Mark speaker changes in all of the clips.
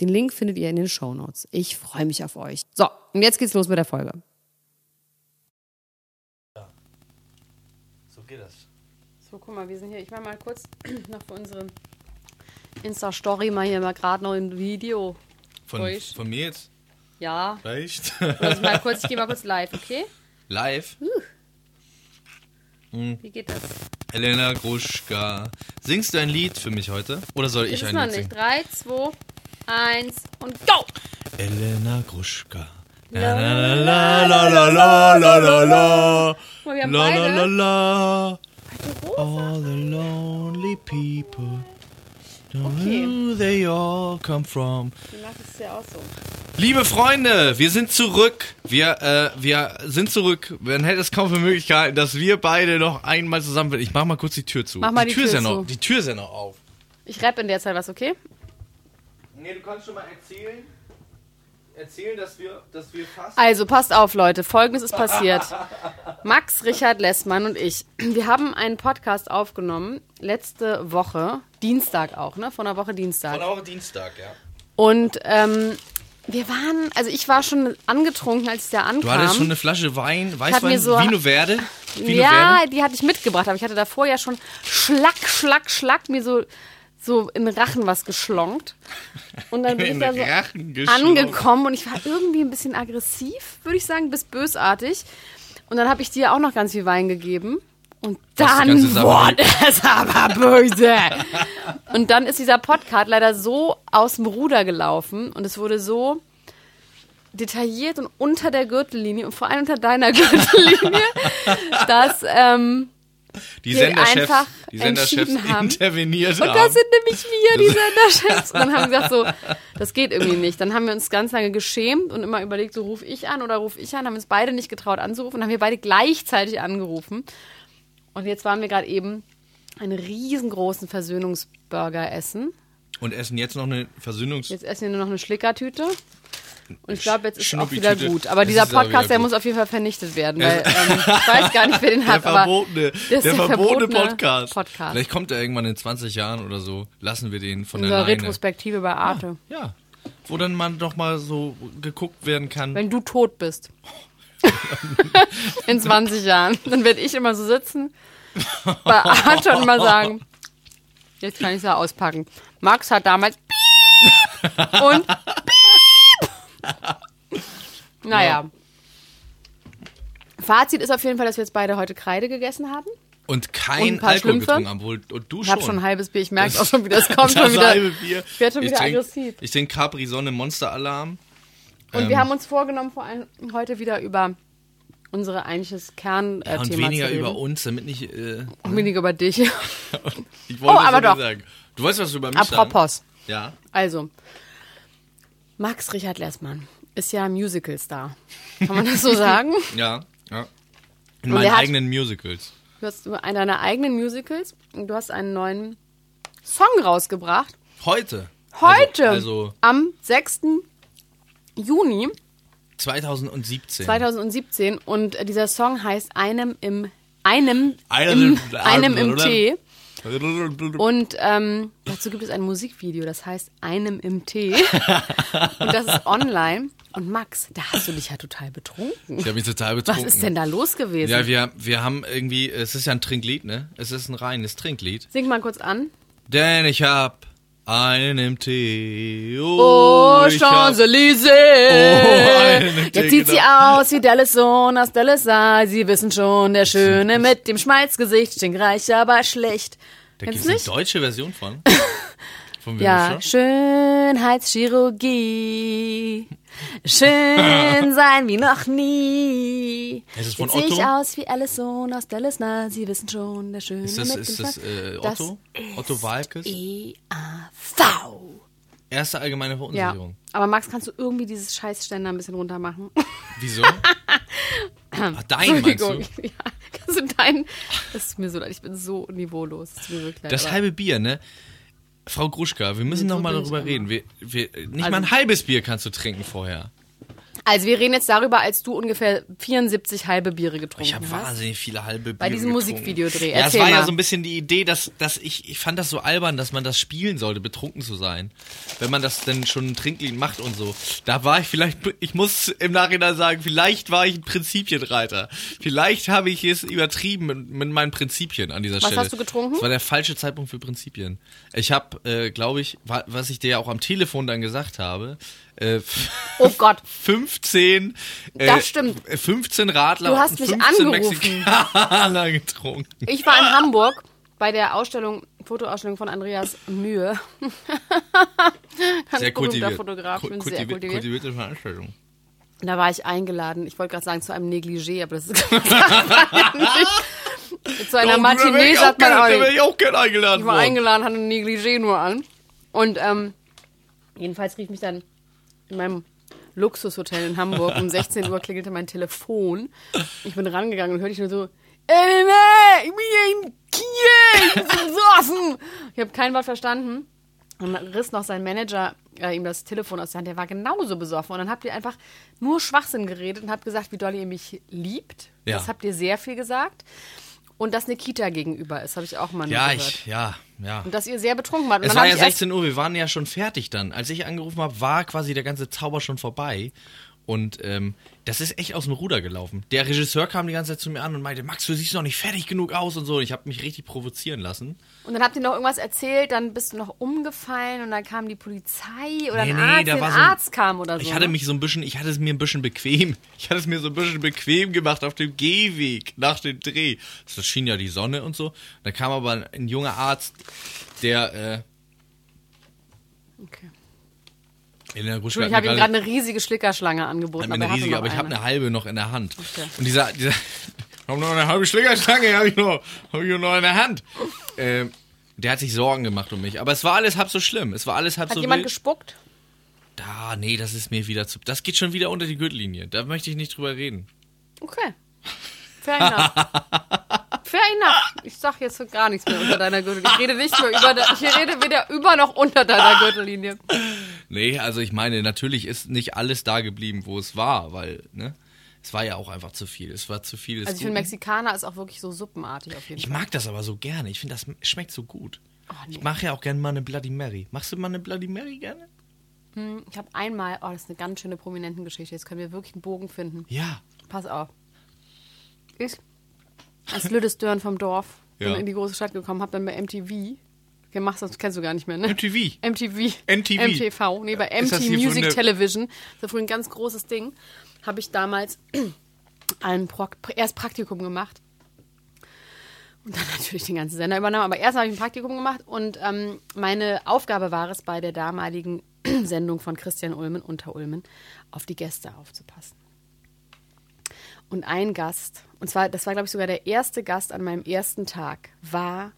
Speaker 1: Den Link findet ihr in den Shownotes. Ich freue mich auf euch. So, und jetzt geht's los mit der Folge.
Speaker 2: So geht das.
Speaker 1: So, guck mal, wir sind hier. Ich mache mal kurz noch für unsere Insta-Story mal hier mal gerade noch ein Video.
Speaker 2: Von,
Speaker 1: Ruhig.
Speaker 2: von mir jetzt?
Speaker 1: Ja.
Speaker 2: Reicht.
Speaker 1: Also mal kurz, ich gehe mal kurz live, okay?
Speaker 2: Live.
Speaker 1: Wie geht das? Das
Speaker 2: Elena Gruschka. Singst du ein Lied für mich heute? Oder soll ich
Speaker 1: ist
Speaker 2: ein
Speaker 1: noch
Speaker 2: Lied
Speaker 1: nicht.
Speaker 2: singen?
Speaker 1: Drei, zwei, eins und go!
Speaker 2: Elena Gruschka. La la la la la la la la la.
Speaker 1: Guck mal, wir haben
Speaker 2: La la la
Speaker 1: beide.
Speaker 2: la.
Speaker 1: Oh,
Speaker 2: All the lonely people.
Speaker 1: Okay.
Speaker 2: Where they all come from.
Speaker 1: du machst es ja auch so.
Speaker 2: Liebe Freunde, wir sind zurück. Wir, äh, wir sind zurück. Man hätte es kaum für möglich gehalten, dass wir beide noch einmal zusammen sind. Ich mach mal kurz die Tür zu.
Speaker 1: Mach mal die
Speaker 2: ist
Speaker 1: Tür
Speaker 2: ja noch,
Speaker 1: zu.
Speaker 2: Die Tür ist ja noch auf.
Speaker 1: Ich rappe in der Zeit was, okay?
Speaker 2: Nee, du kannst schon mal erzählen, erzählen, dass wir, dass wir fast.
Speaker 1: Also, passt auf, Leute. Folgendes ist passiert. Max, Richard Lessmann und ich, wir haben einen Podcast aufgenommen letzte Woche, Dienstag auch, ne? Von der Woche Dienstag.
Speaker 2: Von auch Dienstag, ja.
Speaker 1: Und ähm, wir waren, also ich war schon angetrunken, als ich da ankam.
Speaker 2: Du hattest schon eine Flasche Wein,
Speaker 1: hab
Speaker 2: Weißwein,
Speaker 1: mir so-
Speaker 2: Vino Verde. Vino
Speaker 1: ja,
Speaker 2: Verde.
Speaker 1: die hatte ich mitgebracht, aber ich hatte davor ja schon Schlack, Schlack, Schlack mir so, so in den Rachen was geschlonkt. Und dann bin ich
Speaker 2: In
Speaker 1: da
Speaker 2: den
Speaker 1: so
Speaker 2: Rachen geschlonkt.
Speaker 1: angekommen und ich war irgendwie ein bisschen aggressiv, würde ich sagen, bis bösartig. Und dann habe ich dir auch noch ganz viel Wein gegeben. Und
Speaker 2: Was, die ganze
Speaker 1: dann
Speaker 2: Sache-
Speaker 1: wurde es aber böse. und dann ist dieser Podcast leider so aus dem Ruder gelaufen und es wurde so detailliert und unter der Gürtellinie und vor allem unter deiner Gürtellinie, dass ähm,
Speaker 2: Die
Speaker 1: wir
Speaker 2: Senderchefs,
Speaker 1: einfach
Speaker 2: die Senderchefs
Speaker 1: entschieden haben.
Speaker 2: interveniert
Speaker 1: und
Speaker 2: haben.
Speaker 1: das sind nämlich wir, die Senderchefs. Und dann haben wir gesagt so, das geht irgendwie nicht. Dann haben wir uns ganz lange geschämt und immer überlegt, so ruf ich an oder ruf ich an. Haben uns beide nicht getraut anzurufen. Dann haben wir beide gleichzeitig angerufen. Und jetzt waren wir gerade eben einen riesengroßen Versöhnungsburger essen.
Speaker 2: und essen jetzt noch eine Versöhnungs...
Speaker 1: Jetzt essen wir nur noch eine Schlickertüte. Und ich glaube, jetzt ist auch wieder
Speaker 2: Schnuppitüte.
Speaker 1: gut. Aber
Speaker 2: Es
Speaker 1: dieser
Speaker 2: ist aber wieder
Speaker 1: Podcast, der
Speaker 2: gut.
Speaker 1: muss auf jeden Fall vernichtet werden. Weil, ähm, ich weiß gar nicht, wer den
Speaker 2: Der
Speaker 1: hat. aber
Speaker 2: verbotene,
Speaker 1: das
Speaker 2: der,
Speaker 1: ist
Speaker 2: verbotene Podcast.
Speaker 1: Podcast.
Speaker 2: Vielleicht kommt er irgendwann in 20 Jahren oder so. Lassen wir den von der
Speaker 1: Unsere
Speaker 2: Leine.
Speaker 1: Retrospektive bei Arte.
Speaker 2: Ja. Wo dann man doch mal so geguckt werden kann.
Speaker 1: Wenn du tot bist. In 20 Jahren. Dann werde ich immer so sitzen bei Arte und mal sagen, jetzt kann ich es ja auspacken. Max hat damals Piep und Piep. Naja. Fazit ist auf jeden Fall, dass wir jetzt beide heute Kreide gegessen haben.
Speaker 2: Und
Speaker 1: Und
Speaker 2: kein
Speaker 1: ein paar
Speaker 2: Alkohol
Speaker 1: Schlümpfe?
Speaker 2: getrunken haben. Obwohl, und du
Speaker 1: Ich habe
Speaker 2: schon.
Speaker 1: schon ein halbes Bier, ich merke
Speaker 2: Das-
Speaker 1: auch schon wieder, es kommt
Speaker 2: das
Speaker 1: schon wieder.
Speaker 2: halbe Bier.
Speaker 1: Ich werde schon wieder
Speaker 2: trink-
Speaker 1: aggressiv.
Speaker 2: Ich trinke Capri Sonne Monster Alarm.
Speaker 1: Und
Speaker 2: ähm,
Speaker 1: wir haben uns vorgenommen, vor allem heute wieder über unsere eigentliches Kernthema äh,
Speaker 2: Und
Speaker 1: Thema
Speaker 2: weniger
Speaker 1: zu reden.
Speaker 2: über uns, damit nicht. Äh,
Speaker 1: Und weniger über dich.
Speaker 2: ich wollte
Speaker 1: Oh, aber
Speaker 2: so
Speaker 1: doch.
Speaker 2: sagen. Du weißt, was du über mich
Speaker 1: Apropos.
Speaker 2: sagen. Ja.
Speaker 1: Also, Max Richard Lessmann ist ja Musical-Star. Kann man das so sagen?
Speaker 2: Ja. ja. In
Speaker 1: Und
Speaker 2: meinen
Speaker 1: der hat-
Speaker 2: eigenen Musicals.
Speaker 1: Du hast einen deiner eigenen Musicals und du hast einen neuen Song rausgebracht.
Speaker 2: Heute.
Speaker 1: Heute,
Speaker 2: Also, also
Speaker 1: am 6. Juni
Speaker 2: 2017.
Speaker 1: 2017. Und äh, dieser Song heißt Einem im... Einem,
Speaker 2: Einem-
Speaker 1: im, einem im Tee.
Speaker 2: Und
Speaker 1: Und ähm, dazu gibt es ein Musikvideo, das heißt Einem im Tee. Und das ist online. Und Max, da hast du dich ja total betrunken.
Speaker 2: ich habe mich total
Speaker 1: Was
Speaker 2: betrunken.
Speaker 1: ist denn da los gewesen?
Speaker 2: Ja, wir, wir haben irgendwie, es ist ja ein Trinklied, ne? Es ist ein reines Trinklied.
Speaker 1: Sing mal kurz an.
Speaker 2: Denn ich hab einen im Tee.
Speaker 1: Oh,
Speaker 2: ich hab-
Speaker 1: Champs-Élysées.
Speaker 2: Oh, einen
Speaker 1: Jetzt
Speaker 2: Tee,
Speaker 1: sieht sie
Speaker 2: genau.
Speaker 1: aus wie Dallison aus Dallasai. Sie wissen schon, der Schöne mit dem Schmalzgesicht. Stinkreich, aber schlecht.
Speaker 2: Da
Speaker 1: Kennst
Speaker 2: gibt's
Speaker 1: du
Speaker 2: eine
Speaker 1: nicht?
Speaker 2: deutsche Version von. Von wem
Speaker 3: Ja,
Speaker 2: ist das?
Speaker 3: Schönheitschirurgie. Schön sein wie noch nie.
Speaker 2: Ist es von
Speaker 3: Jetzt sehe ich
Speaker 2: Otto?
Speaker 3: aus wie Alison aus Dallas, na, Sie wissen schon, der Schöne
Speaker 2: Ist das,
Speaker 3: mit
Speaker 2: ist
Speaker 3: dem
Speaker 2: das
Speaker 3: Schwarz-
Speaker 2: äh,
Speaker 3: Das E
Speaker 2: Otto? Otto Walkes?
Speaker 1: eh-
Speaker 3: E-A-V.
Speaker 2: Erste allgemeine
Speaker 4: Ja.
Speaker 2: Verunsicherung.
Speaker 4: Aber Max, kannst du irgendwie dieses Scheißständer ein bisschen runter machen?
Speaker 2: Wieso? Ach, dein meinst du?
Speaker 4: Ja, kannst du deinen. Das ist mir so leid. Ich bin so niveaulos. Das ist mir wirklich leid.
Speaker 2: Das
Speaker 4: aber-
Speaker 2: halbe Bier, ne? Frau Gruschka, wir
Speaker 1: Hm,
Speaker 2: müssen
Speaker 4: Nee, so
Speaker 2: noch mal
Speaker 4: bin ich
Speaker 2: darüber
Speaker 4: auch.
Speaker 2: reden. Wir, wir, nicht
Speaker 4: Also-
Speaker 2: mal ein halbes Bier kannst du trinken vorher.
Speaker 4: also, wir reden jetzt darüber, als du ungefähr 74 halbe Biere getrunken
Speaker 2: Ich habe
Speaker 4: hast.
Speaker 2: wahnsinnig viele halbe Bier
Speaker 4: Bei diesem
Speaker 2: getrunken.
Speaker 4: Musikvideodreh.
Speaker 2: Ja, es
Speaker 4: Erzähl
Speaker 2: war ja
Speaker 4: mal.
Speaker 2: so ein bisschen die Idee, dass, dass ich, ich fand das so albern, dass man das spielen sollte, betrunken zu sein. Wenn man das denn schon ein Trinklied macht und so. Da war ich vielleicht, ich muss im Nachhinein sagen, vielleicht war ich ein Prinzipienreiter. Vielleicht habe ich es übertrieben mit, mit meinen Prinzipien an dieser Stelle.
Speaker 4: hast du getrunken?
Speaker 2: Das war der falsche Zeitpunkt für Prinzipien. Ich habe, äh, glaube ich, wa- was ich dir ja auch am Telefon dann gesagt habe, äh,
Speaker 4: Oh Gott.
Speaker 2: 15 äh,
Speaker 4: Das stimmt.
Speaker 2: 15 Radler
Speaker 4: Du hast
Speaker 2: und
Speaker 4: mich
Speaker 2: 15
Speaker 4: angerufen.
Speaker 2: Mexikaner getrunken.
Speaker 4: Ich war in Hamburg bei der Ausstellung, Fotoausstellung von Andreas Mühe. Ganz
Speaker 2: Sehr kultiviert.
Speaker 4: berühmter Fotograf, ich bin sehr
Speaker 2: Kultivi-
Speaker 4: kultiviert.
Speaker 2: Kultivierte Veranstaltung.
Speaker 4: Und Da war ich eingeladen. Ich wollte gerade sagen zu einem Negligé, aber das ist zu
Speaker 2: Oh, da
Speaker 4: einer
Speaker 2: wär
Speaker 4: Matinee
Speaker 2: ich auch
Speaker 4: sagt man
Speaker 2: gern-
Speaker 4: auch
Speaker 2: da wär
Speaker 4: nicht.
Speaker 2: ich auch gerne eingeladen
Speaker 4: Ich war
Speaker 2: worden.
Speaker 4: eingeladen, hatte ein Negligé nur an. Und ähm, jedenfalls rief mich dann in meinem Luxushotel in Hamburg um 16 Uhr klingelte mein Telefon. Ich bin rangegangen und hörte ich nur so, "Ey, nee, ich bin hier in Kiel, ich bin besoffen." Ich habe kein Wort verstanden. Und dann riss noch sein Manager äh, ihm das Telefon aus der Hand. Der war genauso besoffen. Und dann habt ihr einfach nur Schwachsinn geredet und habt gesagt, wie doll ihr mich liebt.
Speaker 2: Ja.
Speaker 4: Das habt ihr sehr viel gesagt. Und dass eine Kita gegenüber ist, habe ich auch mal nur
Speaker 2: Ja,
Speaker 4: gehört.
Speaker 2: ich, ja, ja.
Speaker 4: Und dass ihr sehr betrunken wart. Und
Speaker 2: Es
Speaker 4: dann
Speaker 2: war
Speaker 4: hab
Speaker 2: ja
Speaker 4: ich erst-
Speaker 2: 16 Uhr, wir waren ja schon fertig dann. Als ich angerufen habe, war quasi der ganze Zauber schon vorbei. Und ähm, das ist echt aus dem Ruder gelaufen. Der Regisseur kam die ganze Zeit zu mir an und meinte, Max, du siehst noch nicht fertig genug aus und so. Und ich habe mich richtig provozieren lassen.
Speaker 4: Und dann habt ihr noch irgendwas erzählt, dann bist du noch umgefallen und dann kam die Polizei oder
Speaker 2: Nee,
Speaker 4: ein
Speaker 2: nee,
Speaker 4: Arzt,
Speaker 2: da
Speaker 4: ein
Speaker 2: war so ein-
Speaker 4: Arzt kam oder so.
Speaker 2: Ich hatte
Speaker 4: ne?
Speaker 2: mich so ein bisschen, ich hatte es mir ein bisschen bequem. Ich hatte es mir so ein bisschen bequem gemacht auf dem Gehweg nach dem Dreh. Es schien ja die Sonne und so. Da kam aber ein, ein junger Arzt, der
Speaker 4: okay.
Speaker 2: äh, Elena Gruschka
Speaker 4: Ich
Speaker 2: hat
Speaker 4: habe
Speaker 2: mir
Speaker 4: ihm gerade eine riesige Schlickerschlange angeboten.
Speaker 2: hat mir eine
Speaker 4: aber er hatte
Speaker 2: riesige,
Speaker 4: noch
Speaker 2: aber ich habe eine halbe noch in der Hand.
Speaker 4: Okay.
Speaker 2: Und dieser, dieser ich habe noch eine halbe Schlägerstange, habe ich noch, habe ich noch in der Hand. Ähm, der hat sich Sorgen gemacht um mich. Aber es war alles halb so schlimm. Es war alles halb
Speaker 4: Hat
Speaker 2: so
Speaker 4: jemand
Speaker 2: wild.
Speaker 4: gespuckt?
Speaker 2: Da, nee, das ist mir wieder zu. Das geht schon wieder unter die Gürtellinie. Da möchte ich nicht drüber reden.
Speaker 4: Okay. Fair enough. Fair enough. Ich sag jetzt gar nichts mehr unter deiner Gürtellinie. Ich rede nicht mehr über, de- ich rede weder über noch unter deiner Gürtellinie.
Speaker 2: Nee, also ich meine, natürlich ist nicht alles da geblieben, wo es war, weil, ne? Es war ja auch einfach zu viel. Es war zu viel. des
Speaker 4: Also ich finde,
Speaker 2: Guten.
Speaker 4: Mexikaner ist auch wirklich so suppenartig auf jeden
Speaker 2: ich
Speaker 4: Fall.
Speaker 2: mag das aber so gerne. Ich finde, das schmeckt so gut.
Speaker 4: nee.
Speaker 2: Ich mache ja auch gerne mal eine Bloody Mary. Machst du mal eine Bloody Mary gerne?
Speaker 4: Ich habe einmal, oh, das ist eine ganz schöne prominenten Geschichte. Jetzt können wir wirklich einen Bogen finden.
Speaker 2: Ja.
Speaker 4: Pass auf. Ich als Lüdesdörn vom Dorf bin
Speaker 2: Ja.
Speaker 4: in die große Stadt gekommen, hab dann bei MTV gemacht, das kennst du gar nicht mehr, ne?
Speaker 2: MTV.
Speaker 4: MTV.
Speaker 2: MTV.
Speaker 4: MTV. Nee, bei
Speaker 2: Ist das
Speaker 4: MT
Speaker 2: hier von
Speaker 4: Music
Speaker 2: der-
Speaker 4: Television. Das war früher ein ganz großes Ding. Habe ich damals ein Prok- erst Praktikum gemacht. Und dann natürlich den ganzen Sender übernommen. Aber erst habe ich ein Praktikum gemacht und ähm, meine Aufgabe war es, bei der damaligen Sendung von Christian Ulmen, unter Ulmen, auf die Gäste aufzupassen. Und ein Gast, und zwar, das war, glaube ich, sogar der erste Gast an meinem ersten Tag, war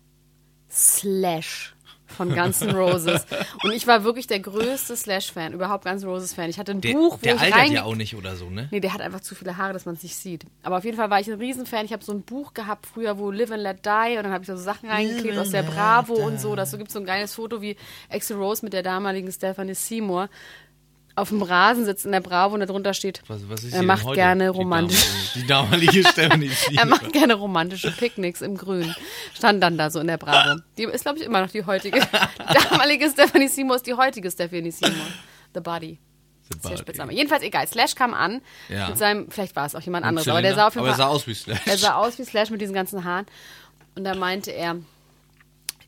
Speaker 4: Slash von Guns N' Roses. Und ich war wirklich der größte Slash-Fan, überhaupt Guns N' Roses-Fan. Ich hatte ein
Speaker 2: Der,
Speaker 4: Buch, wo
Speaker 2: der
Speaker 4: ich
Speaker 2: altert
Speaker 4: reinge-
Speaker 2: ja auch nicht oder so, ne?
Speaker 4: Nee, der hat einfach zu viele Haare, dass man es nicht sieht. Aber auf jeden Fall war ich ein Riesenfan. Ich habe so ein Buch gehabt früher, wo Live and Let Die und dann habe ich da so Sachen reingeklebt aus der Bravo und so. Das so gibt so ein geiles Foto, wie Axel Rose mit der damaligen Stephanie Seymour auf dem Rasen sitzt in der Bravo und darunter steht,
Speaker 2: Was, was ist
Speaker 4: er
Speaker 2: hier
Speaker 4: macht
Speaker 2: denn heute?
Speaker 4: gerne
Speaker 2: Die
Speaker 4: romantische
Speaker 2: damalige- Die damalige Stephanie
Speaker 4: er
Speaker 2: Sieger.
Speaker 4: macht gerne romantische Picknicks im Grün. Stand dann da so in der Bravo. Die ist, glaube ich, immer noch die heutige. Damalige Stephanie Seymour ist die heutige Stephanie Seymour. The
Speaker 2: The
Speaker 4: Body. Das ist der
Speaker 2: Body.
Speaker 4: Spitzname. Jedenfalls egal. Slash kam an
Speaker 2: Ja.
Speaker 4: mit seinem, vielleicht war es auch jemand anderes,
Speaker 2: Zylinder?
Speaker 4: aber der sah auf jeden
Speaker 2: Aber er
Speaker 4: Fall
Speaker 2: sah aus wie Slash.
Speaker 4: Er sah aus wie Slash mit diesen ganzen Haaren. Und da meinte er,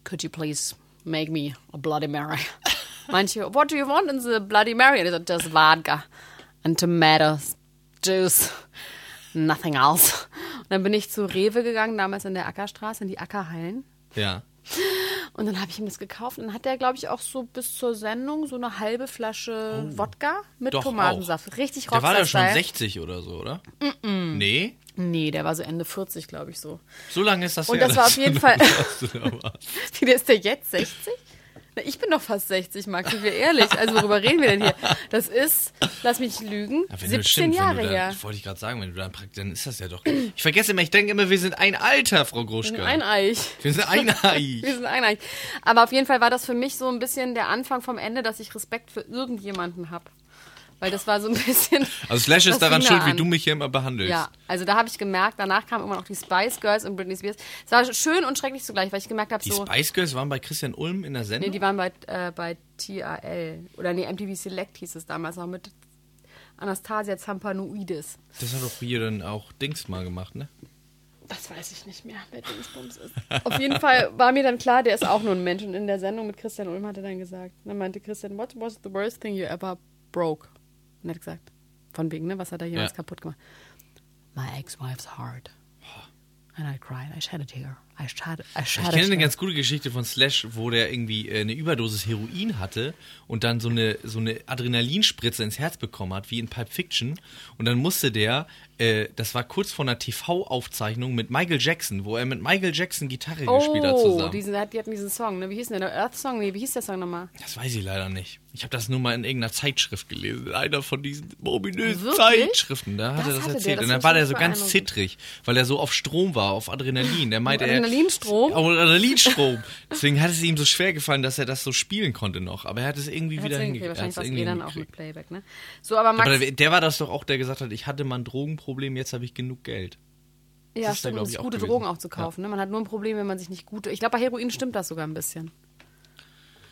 Speaker 4: could you please make me a Bloody Mary? Manche, what do you want in the Bloody Mary? And I said, just vodka and tomatoes, juice, nothing else. Und dann bin ich zu Rewe gegangen, damals in der Ackerstraße, in die Ackerhallen.
Speaker 2: Ja.
Speaker 4: Und dann habe ich ihm das gekauft. Und dann hat er, glaube ich, auch so bis zur Sendung so eine halbe Flasche Wodka mit
Speaker 2: Doch,
Speaker 4: Tomatensaft. Richtig
Speaker 2: Der war da schon
Speaker 4: Rockstar-Style.
Speaker 2: 60 oder so, oder? Nee,
Speaker 4: Nee, der war so Ende 40, glaube ich, so.
Speaker 2: so lange ist das
Speaker 4: Und
Speaker 2: her.
Speaker 4: das war
Speaker 2: dass
Speaker 4: auf jeden
Speaker 2: du-
Speaker 4: Fall-
Speaker 2: dass du da warst.
Speaker 4: Wie der ist der jetzt? 60? Na, ich bin doch fast 60, Max, sind wir ehrlich. Also worüber reden wir denn hier? Das ist, lass mich lügen,
Speaker 2: Ja, wenn du-
Speaker 4: 17
Speaker 2: stimmt,
Speaker 4: Jahre
Speaker 2: wenn du da,
Speaker 4: her.
Speaker 2: das wollte ich gerade sagen, wenn du da praktisch, dann ist das ja doch. Ich vergesse immer, ich denke immer, wir sind ein Alter, Frau
Speaker 4: Wir
Speaker 2: Groschke.
Speaker 4: sind ein Eich.
Speaker 2: wir sind ein
Speaker 4: Wir
Speaker 2: Ei.
Speaker 4: sind ein Eich. Aber auf jeden Fall war das für mich so ein bisschen der Anfang vom Ende, dass ich Respekt für irgendjemanden habe. Weil das war so ein bisschen.
Speaker 2: Also Slash ist
Speaker 4: das
Speaker 2: daran
Speaker 4: fing
Speaker 2: schuld,
Speaker 4: da
Speaker 2: wie
Speaker 4: an.
Speaker 2: du mich hier immer behandelst.
Speaker 4: Ja, also da habe ich gemerkt, danach kamen immer noch die Spice Girls und Britney Spears. Es war schön und schrecklich zugleich, weil ich gemerkt habe,
Speaker 2: Die
Speaker 4: so.
Speaker 2: Spice Girls waren bei Christian Ulm in der Sendung.
Speaker 4: Nee, die waren bei, äh, bei TRL. Oder nee, MTV Select hieß es damals noch mit Anastasia Zampanoidis.
Speaker 2: das hat doch hier dann auch Dings mal gemacht, ne?
Speaker 4: Das weiß ich nicht mehr, wer Dingsbums ist. Auf jeden Fall war mir dann klar, der ist auch nur ein Mensch. Und in der Sendung mit Christian Ulm hat er dann gesagt, dann meinte Christian, what was the worst thing you ever broke? Und er hat gesagt, von wegen, ne, was hat er jemals
Speaker 2: Ja.
Speaker 4: kaputt gemacht? My ex-wife's heart. And I cried, I shed a tear. I shed, I shed
Speaker 2: Ich
Speaker 4: a
Speaker 2: kenne eine
Speaker 4: tear.
Speaker 2: ganz gute Geschichte von Slash, wo der irgendwie äh, eine Überdosis Heroin hatte und dann so eine, so eine Adrenalinspritze ins Herz bekommen hat, wie in Pulp Fiction. Und dann musste der, äh, das war kurz vor einer TV-Aufzeichnung mit Michael Jackson, wo er mit Michael Jackson Gitarre gespielt hat
Speaker 4: Oh,
Speaker 2: zusammen.
Speaker 4: diesen, die hatten diesen Song, ne? Wie hieß denn der? Earth Song? Nee, wie hieß der Song nochmal?
Speaker 2: Das weiß ich leider nicht. Ich habe das nur mal in irgendeiner Zeitschrift gelesen. In einer von diesen ominösen
Speaker 4: Wirklich?
Speaker 2: Zeitschriften. Da hat er
Speaker 4: Das
Speaker 2: das
Speaker 4: hatte der,
Speaker 2: erzählt.
Speaker 4: das
Speaker 2: Und
Speaker 4: fand
Speaker 2: dann
Speaker 4: ich
Speaker 2: war der
Speaker 4: nicht
Speaker 2: so ganz
Speaker 4: beeindruckend.
Speaker 2: zittrig, weil er so auf Strom war, auf Adrenalin. Der meinte, er-
Speaker 4: Adrenalinstrom?
Speaker 2: Auf Adrenalinstrom. Deswegen hat es ihm so schwer gefallen, dass er das so spielen konnte noch. Aber er hat es irgendwie
Speaker 4: Hat's
Speaker 2: wieder
Speaker 4: hingekriegt,
Speaker 2: hingekriegt. Er
Speaker 4: Wahrscheinlich
Speaker 2: hat's
Speaker 4: war es
Speaker 2: irgendwie
Speaker 4: eh dann auch mit
Speaker 2: hingekriegt.
Speaker 4: Playback, ne? So, aber Max.
Speaker 2: Aber der, der war das doch auch, der gesagt hat, ich hatte mal ein Drogenproblem, jetzt habe ich genug Geld.
Speaker 4: ja,
Speaker 2: ist da,
Speaker 4: stimmt,
Speaker 2: glaub
Speaker 4: um
Speaker 2: ich,
Speaker 4: sich
Speaker 2: auch
Speaker 4: gute
Speaker 2: gewesen.
Speaker 4: Drogen auch zu kaufen. Ne? Man hat nur ein Problem, wenn man sich nicht gute. Ich glaube, bei Heroin stimmt das sogar ein bisschen.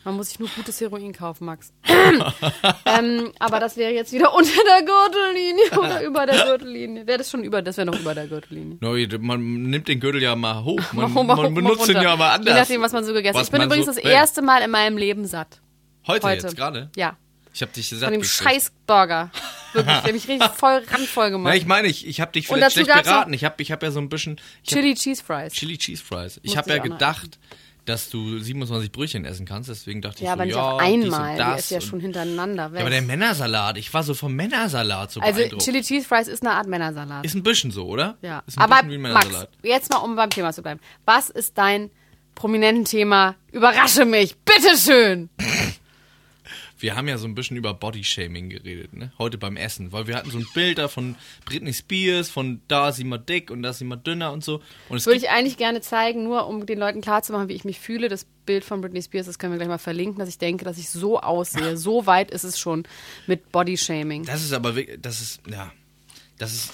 Speaker 4: Man muss sich nur gutes Heroin kaufen, Max. ähm, aber das wäre jetzt wieder unter der Gürtellinie oder über der Gürtellinie. Wäre das schon über, das wäre noch über der Gürtellinie.
Speaker 2: No, man nimmt den Gürtel ja mal hoch. Man,
Speaker 4: Mach hoch, mach hoch,
Speaker 2: man
Speaker 4: mach
Speaker 2: benutzt ihn
Speaker 4: runter.
Speaker 2: ja mal anders.
Speaker 4: Je nachdem, was man so gegessen hat.
Speaker 2: Was
Speaker 4: Ich bin
Speaker 2: man
Speaker 4: übrigens
Speaker 2: so-
Speaker 4: das erste Mal in meinem Leben satt.
Speaker 2: Heute,
Speaker 4: Heute.
Speaker 2: jetzt gerade.
Speaker 4: Ja.
Speaker 2: Ich habe dich gesagt.
Speaker 4: Von dem Scheißburger. Wirklich, der mich richtig voll randvoll
Speaker 2: Na,
Speaker 4: gemacht.
Speaker 2: ich meine, ich, ich habe dich
Speaker 4: Und
Speaker 2: vielleicht
Speaker 4: dazu
Speaker 2: schlecht
Speaker 4: gab's noch-
Speaker 2: beraten. Ich habe ich hab ja so ein bisschen ich hab
Speaker 4: Chili Cheese Fries.
Speaker 2: Chili Cheese Fries. Ich
Speaker 4: Musste
Speaker 2: habe ja
Speaker 4: ich auch noch
Speaker 2: gedacht, dass du 27 Brötchen essen kannst, deswegen dachte ich
Speaker 4: Ja,
Speaker 2: so,
Speaker 4: aber nicht
Speaker 2: ja,
Speaker 4: auf
Speaker 2: dies
Speaker 4: einmal.
Speaker 2: und
Speaker 4: Die
Speaker 2: das
Speaker 4: ist ja
Speaker 2: und-
Speaker 4: schon hintereinander weg.
Speaker 2: Ja, aber der Männersalat, ich war so vom Männersalat so
Speaker 4: also
Speaker 2: beeindruckt.
Speaker 4: Chili Cheese Fries ist eine Art Männersalat.
Speaker 2: ist ein bisschen so, oder?
Speaker 4: ja.
Speaker 2: Ist ein
Speaker 4: Aber
Speaker 2: bisschen wie ein
Speaker 4: Max,
Speaker 2: Männersalat.
Speaker 4: jetzt mal um beim Thema zu bleiben. Was ist dein prominenten Thema? Überrasche mich, bitteschön.
Speaker 2: Wir haben ja so ein bisschen über Bodyshaming geredet, ne? Heute beim Essen, weil wir hatten so ein Bild da von Britney Spears, von da ist sie mal dick und da ist sie mal dünner und so. Und es
Speaker 4: Würde
Speaker 2: gibt,
Speaker 4: ich eigentlich gerne zeigen, nur um den Leuten klarzumachen, wie ich mich fühle. Das Bild von Britney Spears, das können wir gleich mal verlinken, dass ich denke, dass ich so aussehe. So weit ist es schon mit Bodyshaming.
Speaker 2: das ist aber wirklich, das ist, ja, das ist,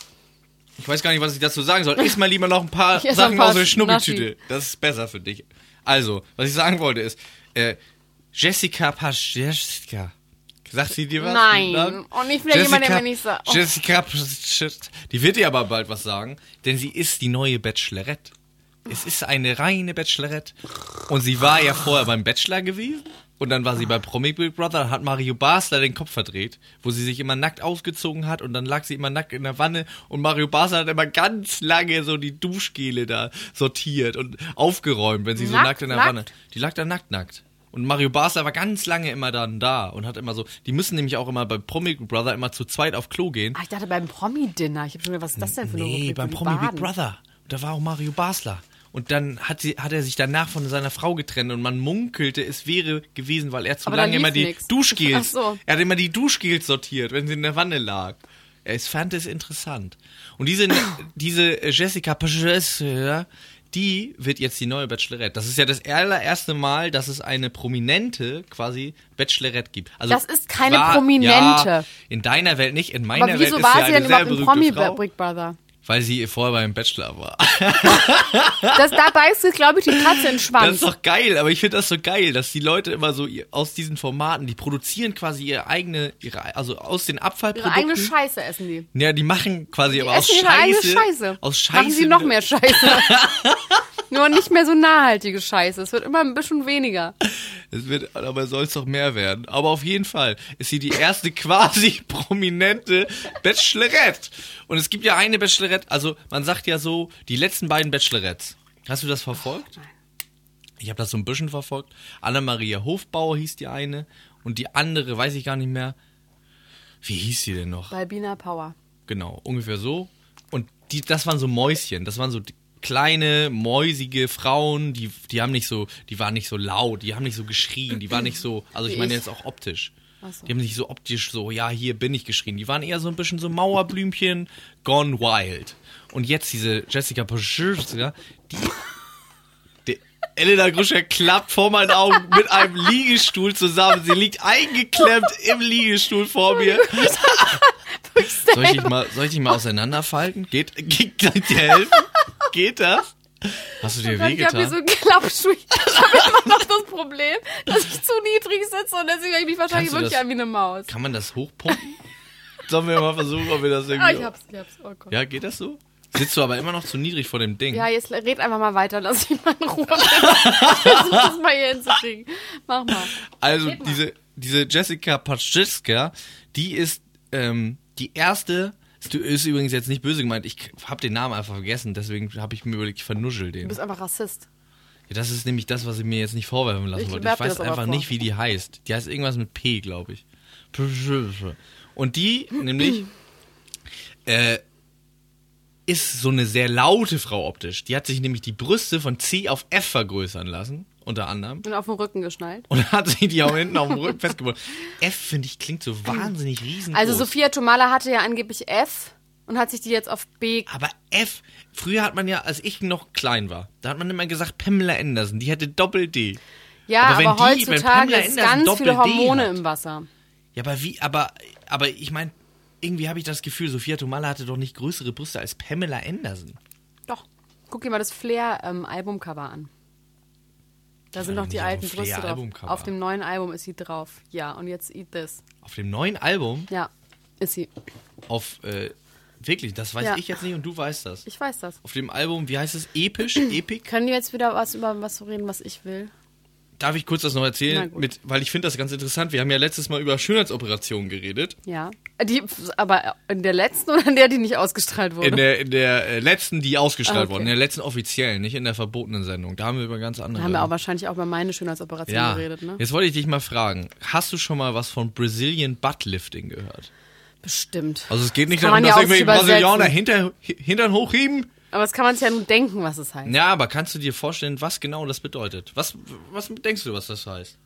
Speaker 2: ich weiß gar nicht, was ich dazu sagen soll. Iss mal lieber noch ein paar
Speaker 4: Ich esse
Speaker 2: Sachen
Speaker 4: noch ein paar
Speaker 2: aus der Schnubbeltüte. Das ist besser für dich. Also, was ich sagen wollte ist, äh, Jessica Pasch, Jessica. Sagt sie dir was?
Speaker 4: Nein.
Speaker 2: Nein.
Speaker 4: Und ich will ja jemand, der mir nicht sagt- Oh.
Speaker 2: Jessica Pasch, die wird dir aber bald was sagen, denn sie ist die neue Bachelorette. Es ist eine reine Bachelorette. Und sie war ja vorher beim Bachelor gewesen. Und dann war sie bei Promi Big Brother, dann hat Mario Basler den Kopf verdreht, wo sie sich immer nackt ausgezogen hat und dann lag sie immer nackt in der Wanne und Mario Basler hat immer ganz lange so die Duschgele da sortiert und aufgeräumt, wenn sie so
Speaker 4: Nackt,
Speaker 2: nackt in der
Speaker 4: nackt?
Speaker 2: Wanne. Die lag da nackt, nackt. Und Mario Basler war ganz lange immer dann da und hat immer so, die müssen nämlich auch immer bei Promi Big Brother immer zu zweit auf Klo gehen.
Speaker 4: Ah, ich dachte beim Promi-Dinner. Ich habe schon gedacht, was ist das denn für eine
Speaker 2: Nee,
Speaker 4: Rubrik?
Speaker 2: beim
Speaker 4: Die
Speaker 2: Promi Big
Speaker 4: baden.
Speaker 2: Brother. Und da war auch Mario Basler. Und dann hat, sie, hat er sich danach von seiner Frau getrennt und man munkelte, es wäre gewesen, weil er zu
Speaker 4: Aber da
Speaker 2: lange
Speaker 4: lief
Speaker 2: immer die
Speaker 4: nix. Ach
Speaker 2: Duschgels.
Speaker 4: so.
Speaker 2: Er hat immer die Duschgels sortiert, wenn sie in der Wanne lag. Er ist- fand es interessant. Und diese, diese Jessica Pachesse, die wird jetzt die neue Bachelorette. Das ist ja das allererste Mal, dass es eine prominente quasi Bachelorette gibt. Also
Speaker 4: Das ist keine
Speaker 2: klar, Ja,
Speaker 4: Prominente.
Speaker 2: in deiner Welt nicht, in meiner
Speaker 4: Aber wieso
Speaker 2: Welt ist
Speaker 4: war
Speaker 2: ja
Speaker 4: sie
Speaker 2: eine sehr
Speaker 4: denn überhaupt im
Speaker 2: berühmte
Speaker 4: Promi
Speaker 2: Frau.
Speaker 4: Big Brother?
Speaker 2: Weil sie vorher beim Bachelor war.
Speaker 4: Das, da beißt sich, glaube ich, die Katze in den
Speaker 2: Das
Speaker 4: Schwanz.
Speaker 2: ist doch geil, aber ich finde das so geil, dass die Leute immer so ihr- aus diesen Formaten, die produzieren quasi ihre eigene, ihre, also aus den
Speaker 4: Ihre
Speaker 2: Abfallprodukten.
Speaker 4: eigene Scheiße essen die.
Speaker 2: ja, die machen quasi aber aus
Speaker 4: essen ihre eigene
Speaker 2: Scheiße,
Speaker 4: Scheiße.
Speaker 2: Aus Scheiße.
Speaker 4: Machen sie noch mehr Scheiße. Nur nicht mehr so nachhaltige Scheiße. Es wird immer ein bisschen weniger.
Speaker 2: Es wird, aber soll es doch mehr werden. Aber auf jeden Fall ist sie die erste quasi prominente Bachelorette. Und es gibt ja eine Bachelorette, also man sagt ja so, die letzten beiden Bachelorettes. Hast du das verfolgt? Ich habe das so ein bisschen verfolgt. Anna-Maria Hofbauer hieß die eine und die andere, weiß ich gar nicht mehr. Wie hieß sie denn noch?
Speaker 4: Balbina Power.
Speaker 2: Genau, ungefähr so. Und die, das waren so Mäuschen, das waren so die- kleine, mäusige Frauen, die, die haben nicht so, die waren nicht so laut, die haben nicht so geschrien, die waren nicht so, also ich
Speaker 4: Wie
Speaker 2: meine
Speaker 4: ich.
Speaker 2: jetzt auch optisch.
Speaker 4: Ach so.
Speaker 2: Die haben nicht so optisch so, ja, hier bin ich geschrien. Die waren eher so ein bisschen so Mauerblümchen, gone wild. Und jetzt diese Jessica Paschewska, die, die Elena Gruscher klappt vor meinen Augen mit einem Liegestuhl zusammen. Sie liegt eingeklemmt im Liegestuhl vor mir. Soll ich dich mal, soll ich dich mal auseinanderfalten? Geht, geht, kann ich dir helfen? Geht das? Hast du dir
Speaker 4: Dann gab mir so
Speaker 2: wehgetan?
Speaker 4: einen Klappschuh. Ich habe immer noch das Problem, dass ich zu niedrig sitze und deswegen habe ich mich
Speaker 2: Kannst
Speaker 4: wahrscheinlich
Speaker 2: du
Speaker 4: wirklich
Speaker 2: das-
Speaker 4: an wie eine Maus.
Speaker 2: Kann man das hochpumpen? Sollen wir mal versuchen, ob wir das
Speaker 4: Ah, ich
Speaker 2: irgendwie...
Speaker 4: hab's, ich hab's. Oh Gott.
Speaker 2: Ja, geht das so? Sitzt du aber immer noch zu niedrig vor dem Ding?
Speaker 4: Ja, jetzt red einfach mal weiter, lass mich mal in Ruhe. Ich versuch das mal hier hinzukriegen. Mach mal.
Speaker 2: Also
Speaker 4: Red mal.
Speaker 2: diese, diese Jessica Paczewska, die ist ähm, die erste, ist, ist übrigens jetzt nicht böse gemeint, ich habe den Namen einfach vergessen, deswegen habe ich mir überlegt, ich vernuschel den.
Speaker 4: Du bist einfach Rassist.
Speaker 2: Ja, das ist nämlich das, was ich mir jetzt nicht vorwerfen lassen
Speaker 4: Ich
Speaker 2: wollte.
Speaker 4: werf
Speaker 2: Ich
Speaker 4: dir
Speaker 2: weiß
Speaker 4: das aber
Speaker 2: einfach
Speaker 4: vor.
Speaker 2: nicht, wie die heißt. Die heißt irgendwas mit P, glaube ich. Und die nämlich äh, ist so eine sehr laute Frau optisch. Die hat sich nämlich die Brüste von C auf F vergrößern lassen, unter anderem.
Speaker 4: Und auf den Rücken geschnallt.
Speaker 2: Und hat sich die auch hinten auf dem Rücken festgebunden. F, finde ich, klingt so wahnsinnig riesengroß.
Speaker 4: Also Sophia Tomala hatte ja angeblich F und hat sich die jetzt auf B.
Speaker 2: Aber F, früher hat man ja, als ich noch klein war, da hat man immer gesagt, Pamela Anderson, die hätte Doppel-D.
Speaker 4: Ja,
Speaker 2: aber
Speaker 4: aber,
Speaker 2: wenn die- wenn
Speaker 4: heutzutage
Speaker 2: Pamela
Speaker 4: ist
Speaker 2: Anderson
Speaker 4: ganz viele
Speaker 2: Doppel-D
Speaker 4: Hormone
Speaker 2: hat.
Speaker 4: im Wasser.
Speaker 2: Ja, aber wie, aber, aber ich meine, irgendwie habe ich das Gefühl, Sophia Tomala hatte doch nicht größere Brüste als Pamela Anderson.
Speaker 4: Doch. Guck dir mal das Flair-Albumcover an. Da sind
Speaker 2: Ja,
Speaker 4: noch die
Speaker 2: nicht auf dem
Speaker 4: alten Brüste drauf.
Speaker 2: Flair-Albumcover.
Speaker 4: Auf dem neuen Album ist sie drauf. Ja, und jetzt Eat This.
Speaker 2: Auf dem neuen Album,
Speaker 4: Ja, ist sie.
Speaker 2: auf, äh, wirklich, das weiß
Speaker 4: Ja.
Speaker 2: ich jetzt nicht und du weißt das.
Speaker 4: Ich weiß das.
Speaker 2: Auf dem Album, wie heißt es? Episch? Epic?
Speaker 4: Können wir jetzt wieder was über was reden, was ich will?
Speaker 2: Darf ich kurz das noch
Speaker 4: Na
Speaker 2: erzählen?
Speaker 4: gut.
Speaker 2: Mit, weil ich finde das ganz interessant. Wir haben ja letztes Mal über Schönheitsoperationen geredet.
Speaker 4: Ja. Die, aber in der letzten oder in der, die nicht ausgestrahlt wurde?
Speaker 2: In der, in der äh, letzten, die ausgestrahlt
Speaker 4: Ah, okay.
Speaker 2: wurde, in der letzten offiziellen, nicht in der verbotenen Sendung. Da haben wir über ganz andere.
Speaker 4: da haben wir auch wahrscheinlich auch über meine Schönheitsoperation
Speaker 2: ja.
Speaker 4: geredet, ne?
Speaker 2: Jetzt wollte ich dich mal fragen, hast du schon mal was von Brazilian Buttlifting gehört?
Speaker 4: Bestimmt.
Speaker 2: Also es geht nicht
Speaker 4: Kann
Speaker 2: darum,
Speaker 4: man ja
Speaker 2: dass
Speaker 4: auch
Speaker 2: irgendwelche
Speaker 4: übersetzen.
Speaker 2: Brasilianer hinter, Hintern hochheben.
Speaker 4: aber das kann man sich ja nur denken, was es heißt.
Speaker 2: Ja, aber kannst du dir vorstellen, was genau das bedeutet? Was, was denkst du, was das heißt?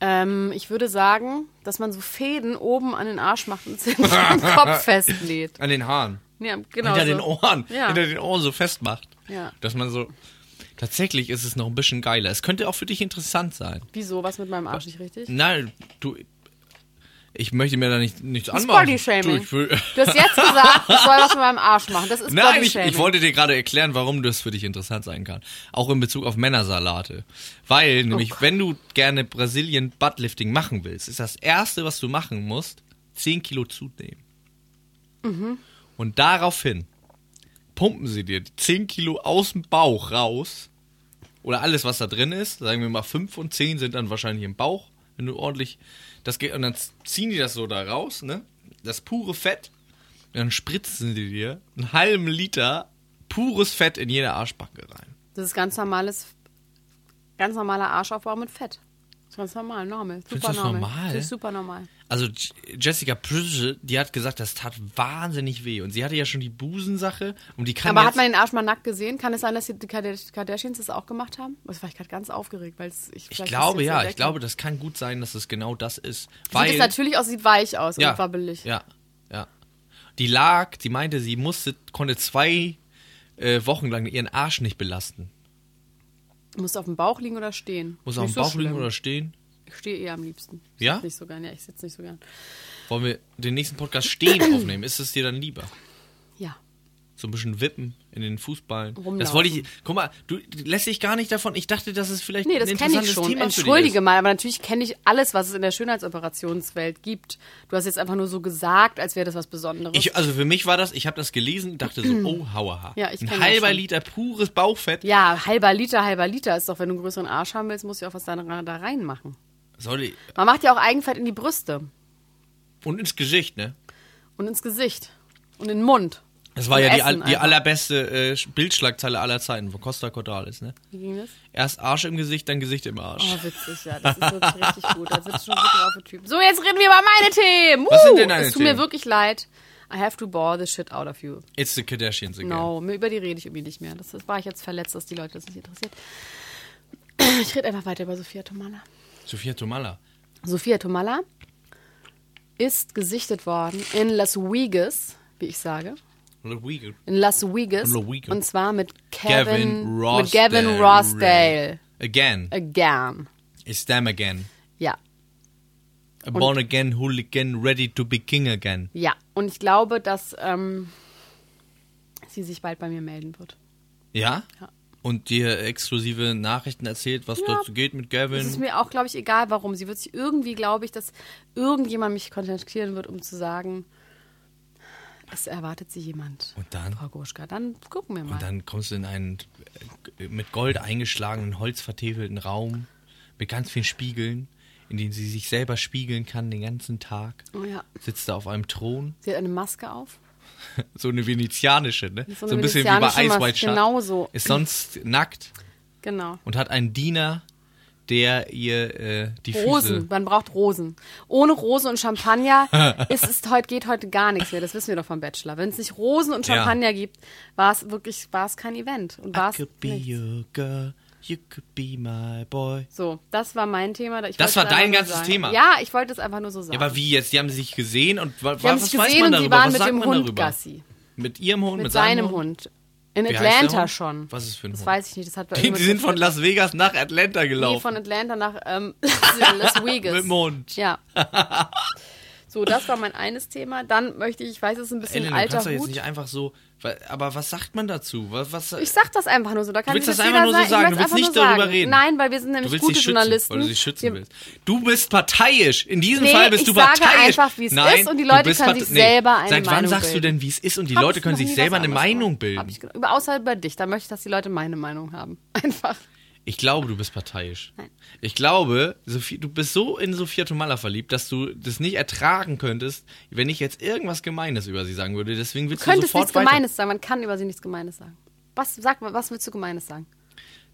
Speaker 4: Ähm, ich würde sagen, dass man so Fäden oben an den Arsch macht und sie am Kopf festlegt.
Speaker 2: An den Haaren.
Speaker 4: Ja, genau.
Speaker 2: hinter
Speaker 4: so.
Speaker 2: den Ohren.
Speaker 4: Ja.
Speaker 2: Hinter den Ohren so festmacht.
Speaker 4: Ja.
Speaker 2: Dass man so... Tatsächlich ist es noch ein bisschen geiler. Es könnte auch für dich interessant sein.
Speaker 4: Wieso? Was mit meinem Arsch nicht richtig?
Speaker 2: Nein, du... Ich möchte mir da nicht, nichts
Speaker 4: Das ist
Speaker 2: anmachen. Du,
Speaker 4: Bodyshaming.
Speaker 2: ich will,
Speaker 4: Du hast jetzt gesagt, ich soll was mit meinem Arsch machen. Das ist
Speaker 2: Nein, ich,
Speaker 4: Bodyshaming.
Speaker 2: ich wollte dir gerade erklären, warum das für dich interessant sein kann. Auch in Bezug auf Männersalate. Weil nämlich,
Speaker 4: Gott.
Speaker 2: wenn du gerne Brasilien Buttlifting machen willst, ist das Erste, was du machen musst, 10 Kilo zunehmen. Und daraufhin pumpen sie dir die 10 Kilo aus dem Bauch raus. Oder alles, was da drin ist. Sagen wir mal, 5 und 10 sind dann wahrscheinlich im Bauch. Wenn du ordentlich das geht. Und dann ziehen die das so da raus, ne? Das pure Fett. Und dann spritzen die dir einen halben Liter pures Fett in jede Arschbacke rein.
Speaker 4: Das ist ganz normales, ganz normaler Arschaufbau mit Fett. Das ist ganz normal, normal. Super
Speaker 2: Findest du das
Speaker 4: normal.
Speaker 2: normal?
Speaker 4: Das ist super normal.
Speaker 2: Also J- Jessica Prüsche, die hat gesagt, das tat wahnsinnig weh. Und sie hatte ja schon die Busensache und die kann
Speaker 4: Aber
Speaker 2: jetzt,
Speaker 4: hat man den Arsch mal nackt gesehen? Kann es sein, dass die Kardash- Kardashians das auch gemacht haben? Das war ich gerade ganz aufgeregt, weil es- ich
Speaker 2: Ich
Speaker 4: vielleicht
Speaker 2: glaube
Speaker 4: ist jetzt
Speaker 2: ja,
Speaker 4: der
Speaker 2: ich glaube, das kann gut sein, dass es genau das ist.
Speaker 4: Sieht es natürlich aus, sieht weich aus und wabbelig.
Speaker 2: Ja, ja. Die lag, die meinte, sie musste, konnte zwei äh, Wochen lang ihren Arsch nicht belasten.
Speaker 4: Muss auf dem Bauch liegen oder stehen?
Speaker 2: Muss auf dem
Speaker 4: Nicht
Speaker 2: Bauch
Speaker 4: so
Speaker 2: liegen
Speaker 4: schlimm.
Speaker 2: oder stehen.
Speaker 4: Ich stehe eher am liebsten. Ich
Speaker 2: Ja?
Speaker 4: sitz Nicht so gern. Ja, ich sitze nicht so gern.
Speaker 2: Wollen wir den nächsten Podcast stehen aufnehmen? Ist es dir dann lieber?
Speaker 4: Ja.
Speaker 2: So ein bisschen wippen in den Fußballen. Das
Speaker 4: Rumlaufen.
Speaker 2: wollte ich. Guck mal, du lässt dich gar nicht davon. Ich dachte, das ist vielleicht
Speaker 4: Nee, das
Speaker 2: ein
Speaker 4: kenne
Speaker 2: interessantes
Speaker 4: ich schon.
Speaker 2: Thema für dich.
Speaker 4: Entschuldige
Speaker 2: ist.
Speaker 4: mal, aber natürlich kenne ich alles, was es in der Schönheitsoperationswelt gibt. Du hast jetzt einfach nur so gesagt, als wäre das was Besonderes.
Speaker 2: Ich, also für mich war das, ich habe das gelesen, dachte so, oh, hauaha.
Speaker 4: Mhm. Ja, ich kenn
Speaker 2: ein
Speaker 4: das
Speaker 2: halber
Speaker 4: schon.
Speaker 2: Liter pures Bauchfett.
Speaker 4: ja, halber Liter, halber Liter ist doch, wenn du einen größeren Arsch haben willst, musst du auch was da, da reinmachen.
Speaker 2: Sorry.
Speaker 4: Man macht ja auch Eigenfett in die Brüste
Speaker 2: Und ins Gesicht, ne?
Speaker 4: und ins Gesicht und in den Mund.
Speaker 2: Das war ja die,
Speaker 4: Essen
Speaker 2: all- die
Speaker 4: einfach.
Speaker 2: allerbeste äh, Bildschlagzeile aller Zeiten von Costa Cordalis, ne?
Speaker 4: Wie ging das?
Speaker 2: Erst Arsch im Gesicht, dann Gesicht im Arsch.
Speaker 4: Oh, witzig, ja. Das ist wirklich richtig gut. Da sitzt schon ein guter Typ. So, jetzt reden wir über meine Themen.
Speaker 2: Was sind
Speaker 4: Uh,
Speaker 2: denn deine
Speaker 4: Es tut mir
Speaker 2: Themen?
Speaker 4: wirklich leid. I have to bore the shit out of you.
Speaker 2: It's the Kardashians again.
Speaker 4: No, mir über die rede ich irgendwie nicht mehr. Das, das war ich jetzt verletzt, dass die Leute das nicht interessiert. Ich rede einfach weiter über Sophia Tomala.
Speaker 2: Sophia Tomala.
Speaker 4: Sophia Tomala ist gesichtet worden in Las Vegas, wie ich sage.
Speaker 2: Ludwig.
Speaker 4: In Las Vegas.
Speaker 2: Las Vegas.
Speaker 4: Und zwar mit Kevin,
Speaker 2: Gavin
Speaker 4: mit Gavin Rossdale.
Speaker 2: Rossdale. Again.
Speaker 4: Again.
Speaker 2: It's them again.
Speaker 4: Ja.
Speaker 2: A born again hooligan, ready to be king again.
Speaker 4: Ja, und ich glaube, dass ähm, sie sich bald bei mir melden wird.
Speaker 2: Ja?
Speaker 4: Ja.
Speaker 2: Und dir exklusive Nachrichten erzählt, was
Speaker 4: Ja.
Speaker 2: dort so geht mit
Speaker 4: Es ist
Speaker 2: Gavin.
Speaker 4: mir auch, glaube ich, egal warum. Sie wird sich irgendwie, glaube ich, dass irgendjemand mich kontaktieren wird, um zu sagen, es erwartet sie jemand.
Speaker 2: Und dann?
Speaker 4: Frau Goschka, dann gucken wir mal.
Speaker 2: Und dann kommst du in einen äh, mit Gold eingeschlagenen, holzvertäfelten Raum mit ganz vielen Spiegeln, in denen sie sich selber spiegeln kann den ganzen Tag.
Speaker 4: Oh ja.
Speaker 2: Sitzt da auf einem Thron.
Speaker 4: Sie hat eine Maske auf.
Speaker 2: So eine venezianische, ne?
Speaker 4: So
Speaker 2: So,
Speaker 4: eine
Speaker 2: ein bisschen wie bei
Speaker 4: venezianische
Speaker 2: Ice
Speaker 4: Maske,
Speaker 2: White Shut.
Speaker 4: genau so.
Speaker 2: Ist sonst nackt
Speaker 4: Genau.
Speaker 2: und hat einen Diener, der ihr äh, die
Speaker 4: Rosen,
Speaker 2: Füße...
Speaker 4: man braucht Rosen. Ohne Rosen und Champagner ist es heute, geht heute gar nichts mehr. Das wissen wir doch vom Bachelor. Wenn es nicht Rosen und
Speaker 2: Ja.
Speaker 4: Champagner gibt, war es wirklich, war es kein Event. Und war
Speaker 2: I
Speaker 4: es
Speaker 2: could be
Speaker 4: nichts.
Speaker 2: your girl, you could be my boy.
Speaker 4: So, das war mein Thema. Ich
Speaker 2: Das war
Speaker 4: wollte es
Speaker 2: dein
Speaker 4: einfach nur
Speaker 2: ganzes
Speaker 4: sagen.
Speaker 2: Thema?
Speaker 4: Ja, ich wollte es einfach nur so sagen.
Speaker 2: Ja, aber wie jetzt? Die haben sich gesehen und wa,
Speaker 4: Wir haben
Speaker 2: was
Speaker 4: sich
Speaker 2: weiß
Speaker 4: gesehen
Speaker 2: man
Speaker 4: und
Speaker 2: darüber?
Speaker 4: sie waren
Speaker 2: was
Speaker 4: mit
Speaker 2: sagt
Speaker 4: dem
Speaker 2: man
Speaker 4: Hund
Speaker 2: darüber?
Speaker 4: Gassi.
Speaker 2: Mit ihrem Hund?
Speaker 4: Mit,
Speaker 2: Mit,
Speaker 4: seinem Hund. In
Speaker 2: Wie heißt der
Speaker 4: Atlanta
Speaker 2: Hund?
Speaker 4: schon.
Speaker 2: Was ist für ein
Speaker 4: Das
Speaker 2: Hund?
Speaker 4: weiß ich nicht. Das hat
Speaker 2: Die, die sind von Las Vegas nach Atlanta gelaufen.
Speaker 4: Nee, von Atlanta nach ähm, Las Vegas.
Speaker 2: Mit dem Hund.
Speaker 4: Ja. So, das war mein eines Thema. Dann möchte ich, ich weiß, es ist ein bisschen
Speaker 2: Ellen, du
Speaker 4: alter
Speaker 2: kannst doch jetzt
Speaker 4: Hut.
Speaker 2: nicht einfach so. wa- Aber was sagt man dazu? Was, was,
Speaker 4: Ich sag das einfach nur so. Da kann
Speaker 2: willst
Speaker 4: sich
Speaker 2: das
Speaker 4: jetzt
Speaker 2: einfach
Speaker 4: jeder
Speaker 2: nur so
Speaker 4: sein-
Speaker 2: sagen, du
Speaker 4: ich
Speaker 2: willst
Speaker 4: will's einfach
Speaker 2: nicht
Speaker 4: nur
Speaker 2: darüber
Speaker 4: sagen.
Speaker 2: reden.
Speaker 4: Nein, weil wir sind
Speaker 2: du
Speaker 4: nämlich
Speaker 2: willst
Speaker 4: gute
Speaker 2: sie schützen,
Speaker 4: Journalisten.
Speaker 2: weil du sie schützen
Speaker 4: Wir-
Speaker 2: willst. Du bist parteiisch. In diesem
Speaker 4: Nee,
Speaker 2: Fall bist
Speaker 4: ich
Speaker 2: du
Speaker 4: sage
Speaker 2: parteiisch.
Speaker 4: einfach, wie es
Speaker 2: Nein,
Speaker 4: ist und die
Speaker 2: du
Speaker 4: Leute
Speaker 2: bist
Speaker 4: können
Speaker 2: part-
Speaker 4: sich selber eine
Speaker 2: Seit wann
Speaker 4: Meinung
Speaker 2: sagst du
Speaker 4: bilden.
Speaker 2: denn, wie es ist und die
Speaker 4: Hab
Speaker 2: Leute
Speaker 4: ich
Speaker 2: können
Speaker 4: noch nie
Speaker 2: sich selber eine
Speaker 4: was anderes
Speaker 2: Meinung
Speaker 4: gemacht. Hab
Speaker 2: bilden?
Speaker 4: ich
Speaker 2: Ich,
Speaker 4: ge- über, außer über dich. Da möchte ich, dass die Leute meine Meinung haben. Einfach.
Speaker 2: glaube, du bist parteiisch.
Speaker 4: Nein.
Speaker 2: Ich glaube, Sophie, du bist so in Sophia Tomala verliebt, dass du das nicht ertragen könntest, wenn ich jetzt irgendwas Gemeines über sie sagen würde. Deswegen
Speaker 4: Du
Speaker 2: willst du,
Speaker 4: könntest
Speaker 2: sofort
Speaker 4: nichts
Speaker 2: weiter.
Speaker 4: Gemeines sagen. Man kann über sie nichts Gemeines sagen. Was, sag mal, was willst du Gemeines sagen?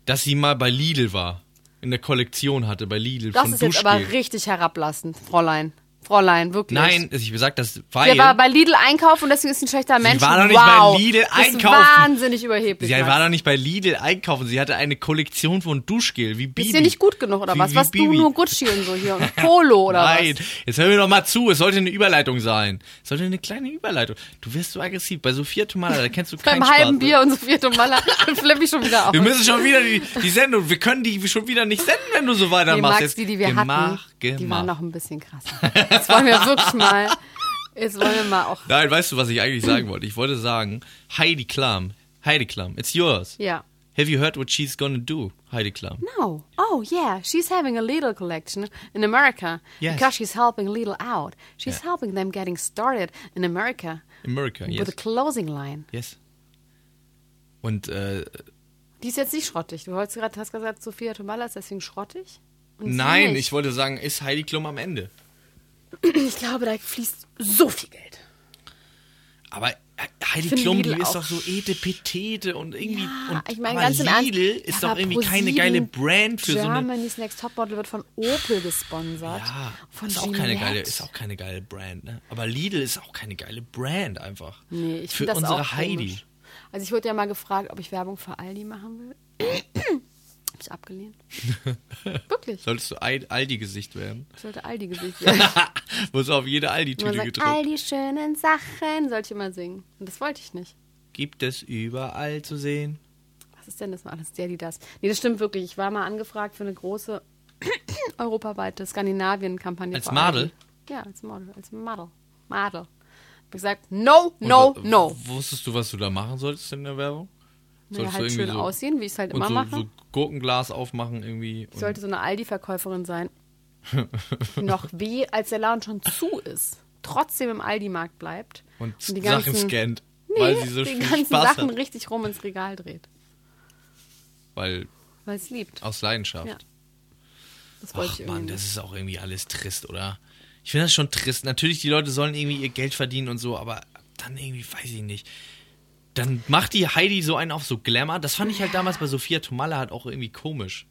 Speaker 2: Dass sie mal bei Lidl war. In der Kollektion hatte bei Lidl
Speaker 4: Das
Speaker 2: von
Speaker 4: ist jetzt aber
Speaker 2: Duschgel.
Speaker 4: richtig herablassend, Fräulein. Fräulein, wirklich.
Speaker 2: Nein, ich gesagt, das war
Speaker 4: Der war bei Lidl einkaufen und deswegen ist sie ein schlechter Mensch.
Speaker 2: war doch nicht
Speaker 4: wow.
Speaker 2: bei Lidl
Speaker 4: Das ist
Speaker 2: einkaufen.
Speaker 4: wahnsinnig überheblich.
Speaker 2: Sie
Speaker 4: Max.
Speaker 2: war doch nicht bei Lidl einkaufen. Sie hatte eine Kollektion von Duschgel wie Bibi.
Speaker 4: ist dir nicht gut genug oder
Speaker 2: Wie-
Speaker 4: was?
Speaker 2: wie
Speaker 4: Was du
Speaker 2: Bibi.
Speaker 4: nur Gucci und so hier und Polo oder
Speaker 2: Nein,
Speaker 4: was?
Speaker 2: jetzt hören wir doch mal zu. Es sollte eine Überleitung sein. Es sollte eine kleine Überleitung. Du wirst so aggressiv. Bei Sophia Tomala, da kennst du keinen
Speaker 4: Beim
Speaker 2: Spaß.
Speaker 4: halben
Speaker 2: ne?
Speaker 4: Bier und so viel Tomala flippe ich schon wieder auf.
Speaker 2: Wir müssen schon wieder die, die Sendung, wir können die schon wieder nicht senden, wenn du so
Speaker 4: die
Speaker 2: weitermachst.
Speaker 4: Max,
Speaker 2: Jetzt
Speaker 4: die, die wir
Speaker 2: gemacht,
Speaker 4: hatten,
Speaker 2: gemacht.
Speaker 4: die waren noch ein bisschen krasser. Jetzt wollen wir wirklich mal, jetzt wollen wir mal auch,
Speaker 2: Nein, weißt du, was ich eigentlich sagen wollte? Ich wollte sagen, Heidi Klum, Heidi Klum, it's yours.
Speaker 4: ja.
Speaker 2: Have you heard what she's gonna do, Heidi Klum?
Speaker 4: No. Oh, yeah. She's having a Lidl collection in America
Speaker 2: Yes.
Speaker 4: because she's helping Lidl out. She's helping them getting started in America
Speaker 2: America,
Speaker 4: with a
Speaker 2: yes.
Speaker 4: closing line.
Speaker 2: Yes. Und äh,
Speaker 4: Die ist jetzt nicht schrottig. Du hast gerade hast gesagt, Sophia Tomala ist deswegen schrottig. Und sie
Speaker 2: nein,
Speaker 4: nicht.
Speaker 2: ich wollte sagen, ist Heidi Klum am Ende.
Speaker 4: ich glaube, da fließt so viel Geld.
Speaker 2: Aber äh, Heidi
Speaker 4: Finde
Speaker 2: Klum, die
Speaker 4: Lidl auch
Speaker 2: ist doch so etepetete und irgendwie.
Speaker 4: Ja,
Speaker 2: und,
Speaker 4: ich meine,
Speaker 2: aber
Speaker 4: ganz im Ernst.
Speaker 2: Lidl ist
Speaker 4: ja,
Speaker 2: doch
Speaker 4: aber
Speaker 2: irgendwie keine
Speaker 4: ProSieben,
Speaker 2: geile Brand für so eine.
Speaker 4: Germany's Next Topmodel wird von Opel gesponsert.
Speaker 2: Ja,
Speaker 4: von
Speaker 2: ist auch keine
Speaker 4: Gillette.
Speaker 2: geile, ist auch keine geile Brand, ne? Aber Lidl ist auch keine geile Brand einfach.
Speaker 4: Nee, ich
Speaker 2: für
Speaker 4: finde das
Speaker 2: unsere
Speaker 4: auch
Speaker 2: Heidi.
Speaker 4: Komisch. Also ich wurde ja mal gefragt, ob ich Werbung für Aldi machen will. Hab ich abgelehnt. Wirklich.
Speaker 2: Solltest du Al- Aldi-Gesicht werden?
Speaker 4: Ich sollte Aldi gesicht werden.
Speaker 2: Muss auf jede
Speaker 4: Und Man
Speaker 2: Aldi-Tüte
Speaker 4: sagt,
Speaker 2: gedruckt.
Speaker 4: all die schönen Sachen sollte ich immer singen. Und das wollte ich nicht.
Speaker 2: Gibt es überall zu sehen.
Speaker 4: Was ist denn das mal alles? Der, die das. Nee, das stimmt wirklich. Ich war mal angefragt für eine große europaweite Skandinavien-Kampagne.
Speaker 2: Als
Speaker 4: für Aldi.
Speaker 2: Model?
Speaker 4: Ja, als Model. Als Model. Model. Hab gesagt, no, no,
Speaker 2: Und, äh,
Speaker 4: no.
Speaker 2: Wusstest du, was du da machen solltest in der Werbung?
Speaker 4: Naja,
Speaker 2: du
Speaker 4: halt
Speaker 2: irgendwie
Speaker 4: schön aussehen, wie ich es halt
Speaker 2: und
Speaker 4: immer
Speaker 2: so,
Speaker 4: mache.
Speaker 2: so Gurkenglas aufmachen irgendwie.
Speaker 4: Ich
Speaker 2: Und
Speaker 4: sollte so eine Aldi-Verkäuferin sein. die noch weh, als der Laden schon zu ist. Trotzdem im Aldi-Markt bleibt.
Speaker 2: und,
Speaker 4: die
Speaker 2: Sachen
Speaker 4: ganzen-
Speaker 2: scannt,
Speaker 4: Nee,
Speaker 2: weil sie so
Speaker 4: die
Speaker 2: viel
Speaker 4: ganzen
Speaker 2: Spaß
Speaker 4: Sachen
Speaker 2: hat.
Speaker 4: richtig rum ins Regal dreht.
Speaker 2: Weil
Speaker 4: Weil es liebt.
Speaker 2: aus Leidenschaft.
Speaker 4: Ja, Das wollte
Speaker 2: Ach
Speaker 4: ich irgendwie
Speaker 2: Mann,
Speaker 4: nicht.
Speaker 2: das ist auch irgendwie alles trist, oder? Ich finde das schon trist. Natürlich, die Leute sollen irgendwie ihr Geld verdienen und so, aber dann irgendwie, weiß ich nicht. Dann macht die Heidi so einen auf so Glamour. Das fand ich halt damals bei Sophia Tomala halt auch irgendwie komisch.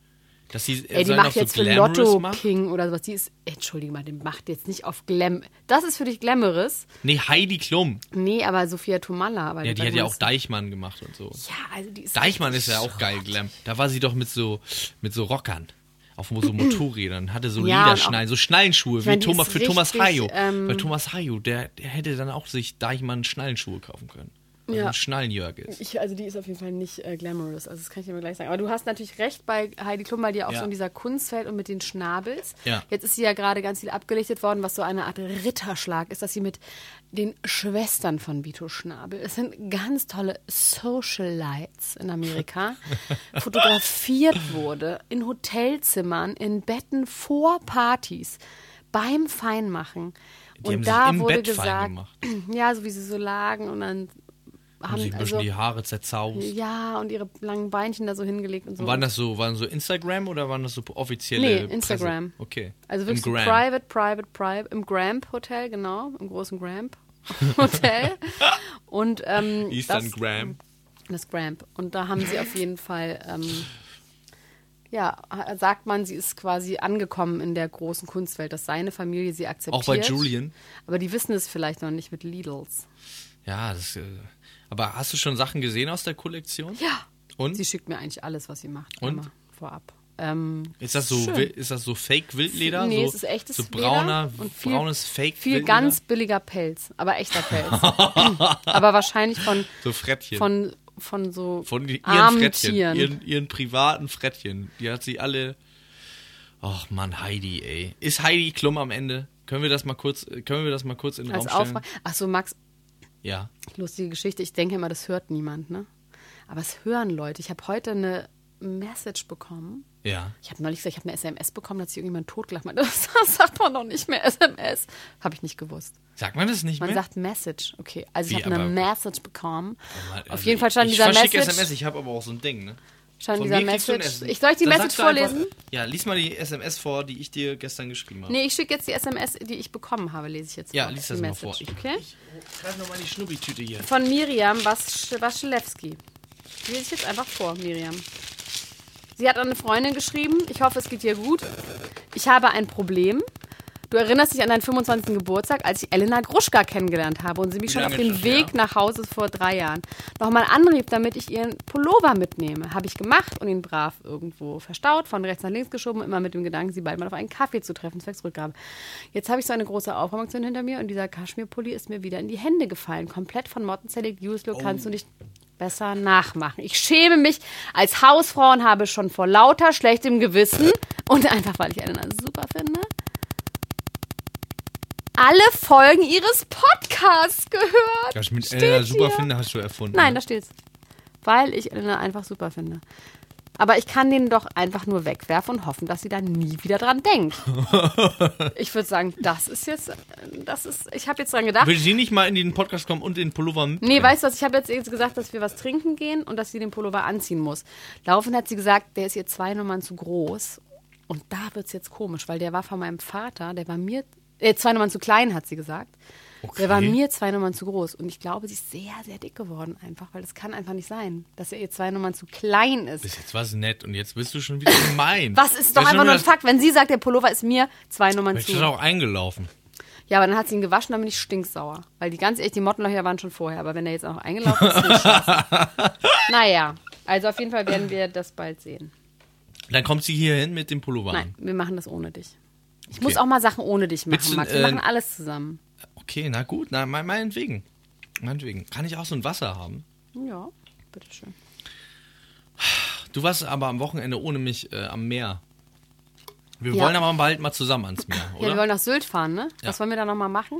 Speaker 2: Dass sie
Speaker 4: Ey,
Speaker 2: so
Speaker 4: die
Speaker 2: einen
Speaker 4: macht
Speaker 2: auf
Speaker 4: jetzt
Speaker 2: so
Speaker 4: für
Speaker 2: Glamorous
Speaker 4: Lotto
Speaker 2: macht.
Speaker 4: King oder sowas. Die ist, entschuldige mal, die macht jetzt nicht auf Glam. Das ist für dich Glamorous.
Speaker 2: Nee, Heidi Klum.
Speaker 4: Nee, aber Sophia Tomalla. Aber
Speaker 2: Ja, die
Speaker 4: sag
Speaker 2: hat
Speaker 4: mal,
Speaker 2: ja auch
Speaker 4: das-
Speaker 2: Deichmann gemacht und so.
Speaker 4: Ja, also die ist.
Speaker 2: Deichmann ist ja auch geil, Glam. Da war sie doch mit so, mit so Rockern. Auf so Motorrädern, hatte so
Speaker 4: Ja, und
Speaker 2: Lederschnallen, so Schnallenschuhe
Speaker 4: meine,
Speaker 2: wie
Speaker 4: die
Speaker 2: Thomas,
Speaker 4: ist
Speaker 2: für Thomas
Speaker 4: richtig,
Speaker 2: Hayo.
Speaker 4: ähm,
Speaker 2: Weil Thomas Hayo, der, der hätte dann auch sich Deichmann Schnallenschuhe kaufen können. Weil
Speaker 4: Ja.
Speaker 2: er ein Schnallenjörg ist.
Speaker 4: Ich, also die ist auf jeden Fall nicht äh, glamorous, also das kann ich dir mal gleich sagen. Aber du hast natürlich recht bei Heidi Klum, weil die auch
Speaker 2: Ja.
Speaker 4: so in dieser Kunstwelt und mit den Schnabels.
Speaker 2: Ja.
Speaker 4: Jetzt ist sie ja gerade ganz viel abgelichtet worden, was so eine Art Ritterschlag ist, dass sie mit den Schwestern von Vito Schnabel, es sind ganz tolle Socialites in Amerika, fotografiert wurde in Hotelzimmern, in Betten vor Partys, beim Feinmachen.
Speaker 2: Die haben
Speaker 4: und
Speaker 2: sich
Speaker 4: da
Speaker 2: im
Speaker 4: wurde
Speaker 2: Bett fein
Speaker 4: gesagt,
Speaker 2: gemacht.
Speaker 4: ja, so wie sie so lagen und dann
Speaker 2: Haben
Speaker 4: haben
Speaker 2: sich ein bisschen
Speaker 4: also,
Speaker 2: die Haare zerzaust.
Speaker 4: ja, und ihre langen Beinchen da so hingelegt und so.
Speaker 2: Waren das so, waren so Instagram oder waren das so offizielle?
Speaker 4: nee,
Speaker 2: Presse?
Speaker 4: Instagram.
Speaker 2: Okay.
Speaker 4: Also
Speaker 2: Im
Speaker 4: wirklich so
Speaker 2: Gram.
Speaker 4: private, private, private. Im Gramp Hotel, genau. Im großen Gramp Hotel. und ähm,
Speaker 2: Eastern
Speaker 4: das,
Speaker 2: Gram.
Speaker 4: Das Gramp. Und da haben sie auf jeden Fall, ähm, ja, ha- sagt man, sie ist quasi angekommen in der großen Kunstwelt, dass seine Familie sie akzeptiert.
Speaker 2: Auch bei Julian.
Speaker 4: Aber die wissen es vielleicht noch nicht mit Lidls.
Speaker 2: Ja, das, äh, aber hast du schon Sachen gesehen aus der Kollektion?
Speaker 4: Ja.
Speaker 2: Und?
Speaker 4: Sie schickt mir eigentlich alles, was sie macht.
Speaker 2: Und?
Speaker 4: Immer vorab. Ähm,
Speaker 2: Ist das so,
Speaker 4: schön.
Speaker 2: wi- ist das so Fake-Wildleder?
Speaker 4: Nee,
Speaker 2: so,
Speaker 4: es ist echtes
Speaker 2: so
Speaker 4: Leder
Speaker 2: brauner,
Speaker 4: und viel-
Speaker 2: braunes fake
Speaker 4: Viel ganz billiger Pelz, aber echter Pelz. aber wahrscheinlich von,
Speaker 2: So Frettchen.
Speaker 4: von, von so
Speaker 2: Von die- ihren
Speaker 4: armen
Speaker 2: Frettchen.
Speaker 4: Tieren.
Speaker 2: Ihren, ihren privaten Frettchen. Die hat sie alle. Ach Mann, Heidi, ey. Ist Heidi Klum am Ende? Können wir das mal kurz, können wir das mal kurz in den
Speaker 4: als
Speaker 2: Raum stellen?
Speaker 4: Aufra Achso, Max,
Speaker 2: Ja.
Speaker 4: lustige Geschichte. Ich denke immer, das hört niemand, ne? Aber es hören Leute. Ich habe heute eine Message bekommen.
Speaker 2: Ja.
Speaker 4: Ich habe neulich gesagt, ich habe eine SMS bekommen, da hat sich irgendjemand totgelacht. Meinte, Das sagt man noch nicht mehr SMS. Habe ich nicht gewusst.
Speaker 2: Sagt man das nicht
Speaker 4: Man
Speaker 2: mehr?
Speaker 4: sagt Message. Okay, also ich
Speaker 2: Wie,
Speaker 4: habe eine
Speaker 2: aber-
Speaker 4: Message bekommen.
Speaker 2: Mann,
Speaker 4: Auf
Speaker 2: also
Speaker 4: jeden Fall stand
Speaker 2: ich
Speaker 4: dieser
Speaker 2: verschicke
Speaker 4: Message.
Speaker 2: SMS, ich habe aber auch so ein Ding, ne?
Speaker 4: Stand
Speaker 2: Von
Speaker 4: dieser
Speaker 2: mir kriegst du ein
Speaker 4: Message.
Speaker 2: SMS.
Speaker 4: Ich soll ich die
Speaker 2: Dann
Speaker 4: Message
Speaker 2: sagst du einfach-
Speaker 4: vorlesen?
Speaker 2: ja, lies mal die SMS vor, die ich dir gestern geschrieben habe.
Speaker 4: Nee, ich schicke jetzt die SMS, die ich bekommen habe, lese ich jetzt
Speaker 2: Ja,
Speaker 4: vor.
Speaker 2: lies
Speaker 4: Die
Speaker 2: das mal vor.
Speaker 4: Message, Okay?
Speaker 2: Ich greif noch mal die Schnubbitüte hier.
Speaker 4: Von Miriam Wasch- Waschelewski. Die Lese ich jetzt einfach vor, Miriam. Sie hat an eine Freundin geschrieben. Ich hoffe, es geht ihr gut. Ich habe ein Problem. Du erinnerst dich an deinen 25. Geburtstag, als ich Elena Gruschka kennengelernt habe und sie mich
Speaker 2: Wie
Speaker 4: schon auf
Speaker 2: lange
Speaker 4: den
Speaker 2: ist das
Speaker 4: Weg
Speaker 2: her?
Speaker 4: nach Hause vor drei Jahren nochmal anrieb, damit ich ihren Pullover mitnehme. Habe ich gemacht und ihn brav irgendwo verstaut, von rechts nach links geschoben, immer mit dem Gedanken, sie bald mal auf einen Kaffee zu treffen, zwecks Rückgabe. Jetzt habe ich so eine große Aufräumaktion hinter mir und dieser Kaschmirpulli ist mir wieder in die Hände gefallen. Komplett von Motten zerlegt, Uslo kannst du nicht besser nachmachen. Ich schäme mich als Hausfrau und habe schon vor lauter schlechtem Gewissen und einfach, weil ich Elena super finde, alle Folgen ihres Podcasts gehört.
Speaker 2: Das mit
Speaker 4: Steht
Speaker 2: Elena super
Speaker 4: hier.
Speaker 2: finde hast du erfunden.
Speaker 4: Nein, da steht's. Weil ich Elena einfach super finde. Aber ich kann den doch einfach nur wegwerfen und hoffen, dass sie da nie wieder dran denkt. ich würde sagen, das ist jetzt, das ist, ich habe jetzt dran gedacht.
Speaker 2: Will sie nicht mal in den Podcast kommen und den Pullover mit?
Speaker 4: Nee, weißt du was, ich habe jetzt jetzt gesagt, dass wir was trinken gehen und dass sie den Pullover anziehen muss. Laufend hat sie gesagt, der ist ihr zwei Nummern zu groß. Und da wird's jetzt komisch, weil der war von meinem Vater, der war mir, äh, zwei Nummern zu klein, hat sie gesagt.
Speaker 2: Okay.
Speaker 4: Der war mir zwei Nummern zu groß. Und ich glaube, sie ist sehr, sehr dick geworden einfach, weil das kann einfach nicht sein, dass er ihr zwei Nummern zu klein ist.
Speaker 2: Bis jetzt war sie nett und jetzt bist du schon wieder gemein.
Speaker 4: Was ist doch
Speaker 2: Du hast
Speaker 4: einfach nur ein
Speaker 2: das-
Speaker 4: Fakt, wenn sie sagt, der Pullover ist mir zwei Nummern
Speaker 2: Mensch,
Speaker 4: zu
Speaker 2: das ist auch eingelaufen.
Speaker 4: Ja, aber dann hat sie ihn gewaschen, dann bin ich stinksauer. Weil die ganz ehrlich, die Mottenlöcher waren schon vorher, aber wenn er jetzt auch eingelaufen ist, ist Naja, also auf jeden Fall werden wir das bald sehen.
Speaker 2: Dann kommt sie hier hin mit dem Pullover
Speaker 4: Nein,
Speaker 2: an.
Speaker 4: wir machen das ohne dich. Ich
Speaker 2: Okay.
Speaker 4: muss auch mal Sachen ohne dich machen,
Speaker 2: Willst du,
Speaker 4: Max. Wir
Speaker 2: äh,
Speaker 4: machen alles zusammen.
Speaker 2: Okay, na gut, na, mein, meinetwegen. Meinetwegen. Kann ich auch so ein Wasser haben?
Speaker 4: Ja, bitteschön.
Speaker 2: Du warst aber am Wochenende ohne mich äh, am Meer. Wir
Speaker 4: Ja.
Speaker 2: wollen aber bald mal zusammen ans Meer,
Speaker 4: Ja, wir
Speaker 2: oder?
Speaker 4: wollen nach Sylt fahren, ne? Was wollen wir da nochmal machen?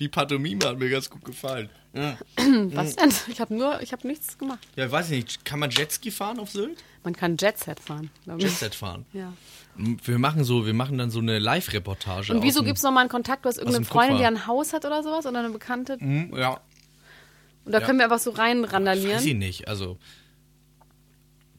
Speaker 2: Die Pantomime hat mir ganz gut gefallen.
Speaker 4: Was denn? Ich habe nur, ich habe nichts gemacht.
Speaker 2: Ja, weiß ich nicht, kann man Jetski fahren auf Sylt?
Speaker 4: Man kann Jetset fahren, glaube ich.
Speaker 2: Jetset fahren.
Speaker 4: Ja.
Speaker 2: Wir machen so, wir machen dann so eine Live-Reportage.
Speaker 4: Und wieso
Speaker 2: aus dem-
Speaker 4: gibt's noch nochmal einen Kontakt? Du hast irgendeine
Speaker 2: dem
Speaker 4: Freundin, die
Speaker 2: Kupfer.
Speaker 4: ein Haus hat oder sowas oder eine Bekannte.
Speaker 2: Hm, Ja,
Speaker 4: Und da
Speaker 2: Ja.
Speaker 4: können wir einfach so rein randalieren.
Speaker 2: weiß ich nicht. Also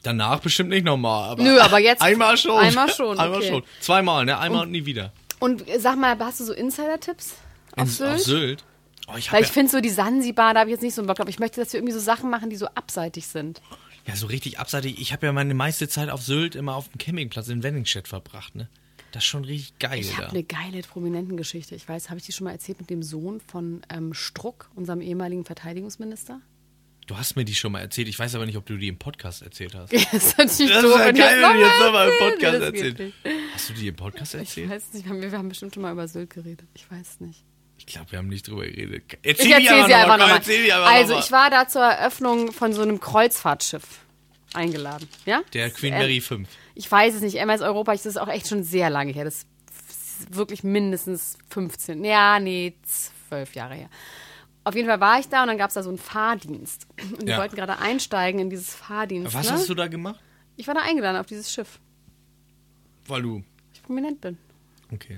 Speaker 2: danach bestimmt nicht nochmal. Aber
Speaker 4: Nö, aber jetzt-
Speaker 2: einmal schon.
Speaker 4: einmal schon,
Speaker 2: einmal
Speaker 4: okay.
Speaker 2: schon. Zweimal, ne? Einmal und, nie wieder.
Speaker 4: Und äh, sag mal, hast du so Insider-Tipps auf
Speaker 2: In- Auf
Speaker 4: Sylt.
Speaker 2: Sylt. Oh, ich hab
Speaker 4: Weil ich
Speaker 2: ja,
Speaker 4: finde so die Sansibar, da habe ich jetzt nicht so einen Bock drauf. Ich möchte, dass wir irgendwie so Sachen machen, die so abseitig sind.
Speaker 2: ja, so richtig abseitig. Ich habe ja meine meiste Zeit auf Sylt immer auf dem Campingplatz in Wenningstedt verbracht, ne? Das ist schon richtig geil
Speaker 4: Ich habe
Speaker 2: da.
Speaker 4: eine geile Prominentengeschichte. Ich weiß, habe ich die schon mal erzählt mit dem Sohn von ähm, Struck, unserem ehemaligen Verteidigungsminister?
Speaker 2: Du hast mir die schon mal erzählt. Ich weiß aber nicht, ob du die im Podcast erzählt hast.
Speaker 4: Ja, das ist natürlich
Speaker 2: Das
Speaker 4: doof,
Speaker 2: ist ja
Speaker 4: wenn wir
Speaker 2: geil,
Speaker 4: das
Speaker 2: wenn du jetzt nochmal im
Speaker 4: erzählen.
Speaker 2: Podcast
Speaker 4: Nee, das geht
Speaker 2: erzählt.
Speaker 4: nicht.
Speaker 2: Hast du die im Podcast
Speaker 4: Ich
Speaker 2: erzählt?
Speaker 4: weiß nicht, wir haben- wir haben bestimmt schon mal über Sylt geredet. Ich weiß nicht.
Speaker 2: Ich glaube, wir haben nicht drüber geredet.
Speaker 4: Ich
Speaker 2: Erzähl die
Speaker 4: erzähle sie
Speaker 2: noch mal,
Speaker 4: einfach
Speaker 2: komm,
Speaker 4: nochmal.
Speaker 2: erzähl die einfach
Speaker 4: Also,
Speaker 2: noch mal.
Speaker 4: ich war da zur Eröffnung von so einem Kreuzfahrtschiff eingeladen. Ja?
Speaker 2: Der
Speaker 4: Das-
Speaker 2: Queen
Speaker 4: ähm,
Speaker 2: Mary 5.
Speaker 4: Ich weiß es nicht. MS Europa, ich, das ist auch echt schon sehr lange her. Das ist wirklich mindestens 15. Ja, nee, zwölf Jahre her. Auf jeden Fall war ich da und dann gab es da so einen Fahrdienst. Und wir
Speaker 2: Ja.
Speaker 4: wollten gerade einsteigen in dieses Fahrdienst.
Speaker 2: Was
Speaker 4: ne?
Speaker 2: hast du da gemacht?
Speaker 4: Ich war da eingeladen auf dieses Schiff.
Speaker 2: Weil du.
Speaker 4: Ich prominent bin.
Speaker 2: Okay.